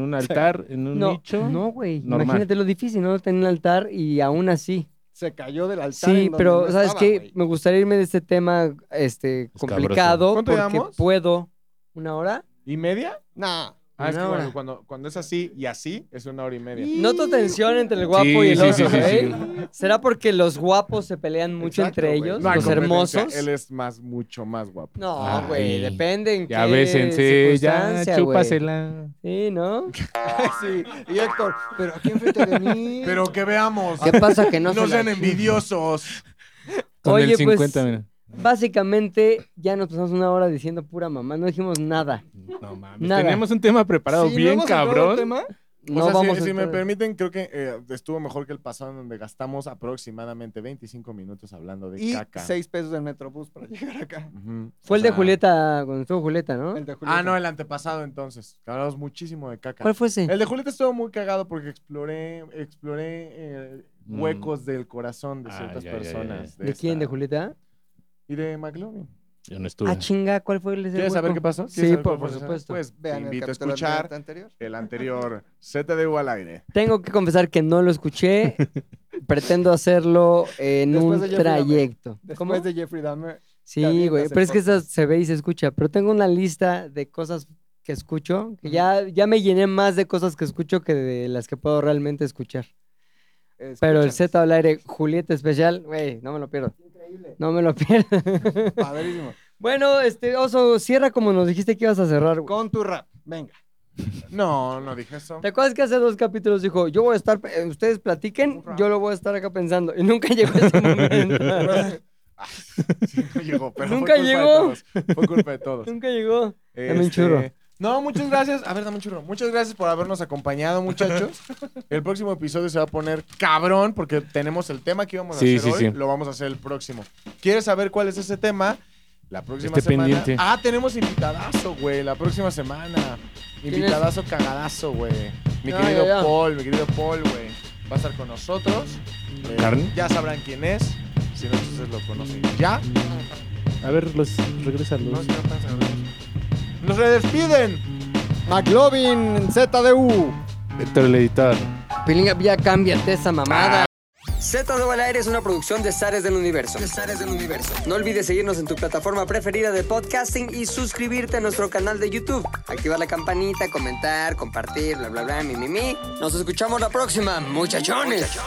S1: [LAUGHS]
S2: un altar, en un
S1: No,
S2: nicho.
S1: no, güey.
S2: normal.
S1: Imagínate lo difícil, ¿no? Tener un altar y aún así.
S4: Se cayó del altar. en
S1: Sí,
S4: donde
S1: pero
S4: no
S1: ¿sabes
S4: estaba,
S1: qué?
S4: güey.
S1: Me gustaría irme de este tema este,
S2: Escabroso.
S1: complicado
S3: ¿Cuánto
S1: porque
S3: llevamos?
S1: puedo. ¿Una hora?
S3: ¿Y media?
S4: No.
S3: Ah, es que
S1: Una
S3: cuando-
S1: hora.
S3: cuando, cuando es así y así, es una hora y media.
S1: Noto tensión entre el guapo y el
S2: Sí,
S1: otro,
S2: sí, sí, sí,
S1: ¿eh? ¿Será porque los guapos se pelean mucho
S4: Exacto,
S1: entre
S4: güey.
S1: ellos,
S4: No
S3: hay
S1: los
S3: competencia,
S1: hermosos?
S3: Él es más, mucho más guapo.
S1: No, güey,
S2: Ay.
S1: depende en
S2: Ya
S1: qué
S2: bésense, ya
S1: circunstancia, güey.
S2: chúpasela.
S1: Sí, ¿no?
S4: [LAUGHS] sí. Y Héctor, pero aquí enfrente de mí.
S3: [LAUGHS] Pero que veamos.
S4: ¿Qué pasa
S1: [LAUGHS]
S4: que no,
S3: no
S4: se la-
S3: sean envidiosos.
S2: Con
S1: Oye,
S2: el
S1: pues,
S2: 50, mira.
S1: Básicamente, ya nos pasamos una hora diciendo pura mamá, no dijimos nada.
S2: No mames.
S1: nada.
S2: Teníamos un tema preparado
S4: Sí, ¿no
S2: bien
S4: hemos entrado al
S2: cabrón.
S4: tema?
S3: O
S1: No
S3: sea, si-
S1: vamos
S3: si,
S1: a
S3: me
S1: entrar-
S3: permiten, creo que eh, estuvo mejor que el pasado en donde gastamos aproximadamente 25 minutos hablando de
S4: Y
S3: caca.
S4: seis pesos del Metrobús para llegar acá.
S3: Ujú.
S1: Fue
S3: O
S1: el de
S3: sea,
S1: Julieta, cuando estuvo Julieta, ¿no?
S4: El de Julieta.
S3: Ah, no, el antepasado entonces. que Hablamos muchísimo de caca.
S1: ¿Cuál fue ese?
S3: El de Julieta estuvo muy cagado porque exploré, exploré eh,
S2: Mm.
S3: huecos del corazón de
S2: Ah,
S3: ciertas
S2: ya, ya, ya, ya.
S3: personas.
S1: ¿De quién?
S3: esta-
S1: ¿De Julieta?
S3: Y de McLovin.
S2: Yo no estuve.
S1: Ah, chinga, ¿cuál fue el de ese
S3: ¿Quieres saber
S1: hueco?
S3: qué pasó? ¿Quieres
S1: Sí,
S3: saber
S1: por,
S3: cuál fue
S1: por
S3: el-
S1: supuesto.
S3: Pues te
S4: Vean el
S3: invito a
S4: capítulo
S3: escuchar
S4: anterior.
S3: el [LAUGHS] anterior ZDU al aire.
S1: Tengo que confesar que no lo [LAUGHS] escuché. Pretendo hacerlo en
S4: Después de
S1: un
S4: Jeffrey Dahmer.
S1: trayecto.
S4: Después
S1: ¿Cómo?
S4: de Jeffrey Dahmer.
S1: Sí,
S4: avientas
S1: güey.
S4: el
S1: Pero es que esa
S4: podcast.
S1: se ve y se escucha. Pero tengo una lista de cosas que escucho. Que ya, ya me llené más de cosas que escucho que de las que puedo realmente escuchar. Pero el
S4: escucha,
S1: Z al aire, Julieta Especial, güey, no me lo pierdo. No me lo [LAUGHS] pierdo.
S4: Padrísimo.
S1: bueno, este oso, cierra como nos dijiste que ibas a cerrar. güey.
S4: Con tu rap. Venga.
S3: No, no dije eso.
S1: ¿Te acuerdas que hace dos capítulos dijo, yo voy a estar, eh, ustedes platiquen, yo lo voy a estar acá pensando? Y nunca [LAUGHS] llegó ese momento.
S3: [LAUGHS] Sí, no llegó, pero
S1: Nunca
S3: fue culpa
S1: llegó.
S3: De todos. Fue culpa de todos.
S1: nunca llegó. [LAUGHS] Dame un
S3: Este,
S1: churro.
S3: No, muchas gracias. A ver, dame un churro. Muchas gracias por habernos acompañado, [LAUGHS] muchachos. El próximo episodio se va a poner cabrón porque tenemos el tema que íbamos a
S2: Sí,
S3: hacer
S2: sí,
S3: hoy.
S2: sí.
S3: Lo vamos a hacer el próximo. ¿Quieres saber cuál es ese tema? La próxima
S2: Esté
S3: semana.
S2: pendiente.
S3: Ah, tenemos invitadazo, güey. La próxima semana.
S1: ¿Quién es?
S3: Invitadazo cagadazo, güey. Mi
S1: Ah,
S3: querido
S1: ya, ya.
S3: Paul, mi querido Paul, güey. Va a estar con nosotros. Eh,
S2: ¿Carne?
S3: ya sabrán quién es. Si no, ustedes lo conocen ya.
S2: Mm. A ver, los regrésalos.
S3: No, si no, espérense, nos vemos. ¡Nos despiden!
S4: McLovin ZDU.
S2: Héctor, el editor.
S1: Pilinga, ya cámbiate esa mamada.
S8: Z2 al aire es una producción de Zares del Universo. del Universo. No olvides seguirnos en tu plataforma preferida de podcasting y suscribirte a nuestro canal de YouTube. Activar la campanita, comentar, compartir, bla, bla, bla, mi, mi, mi. Nos escuchamos la próxima, muchachones.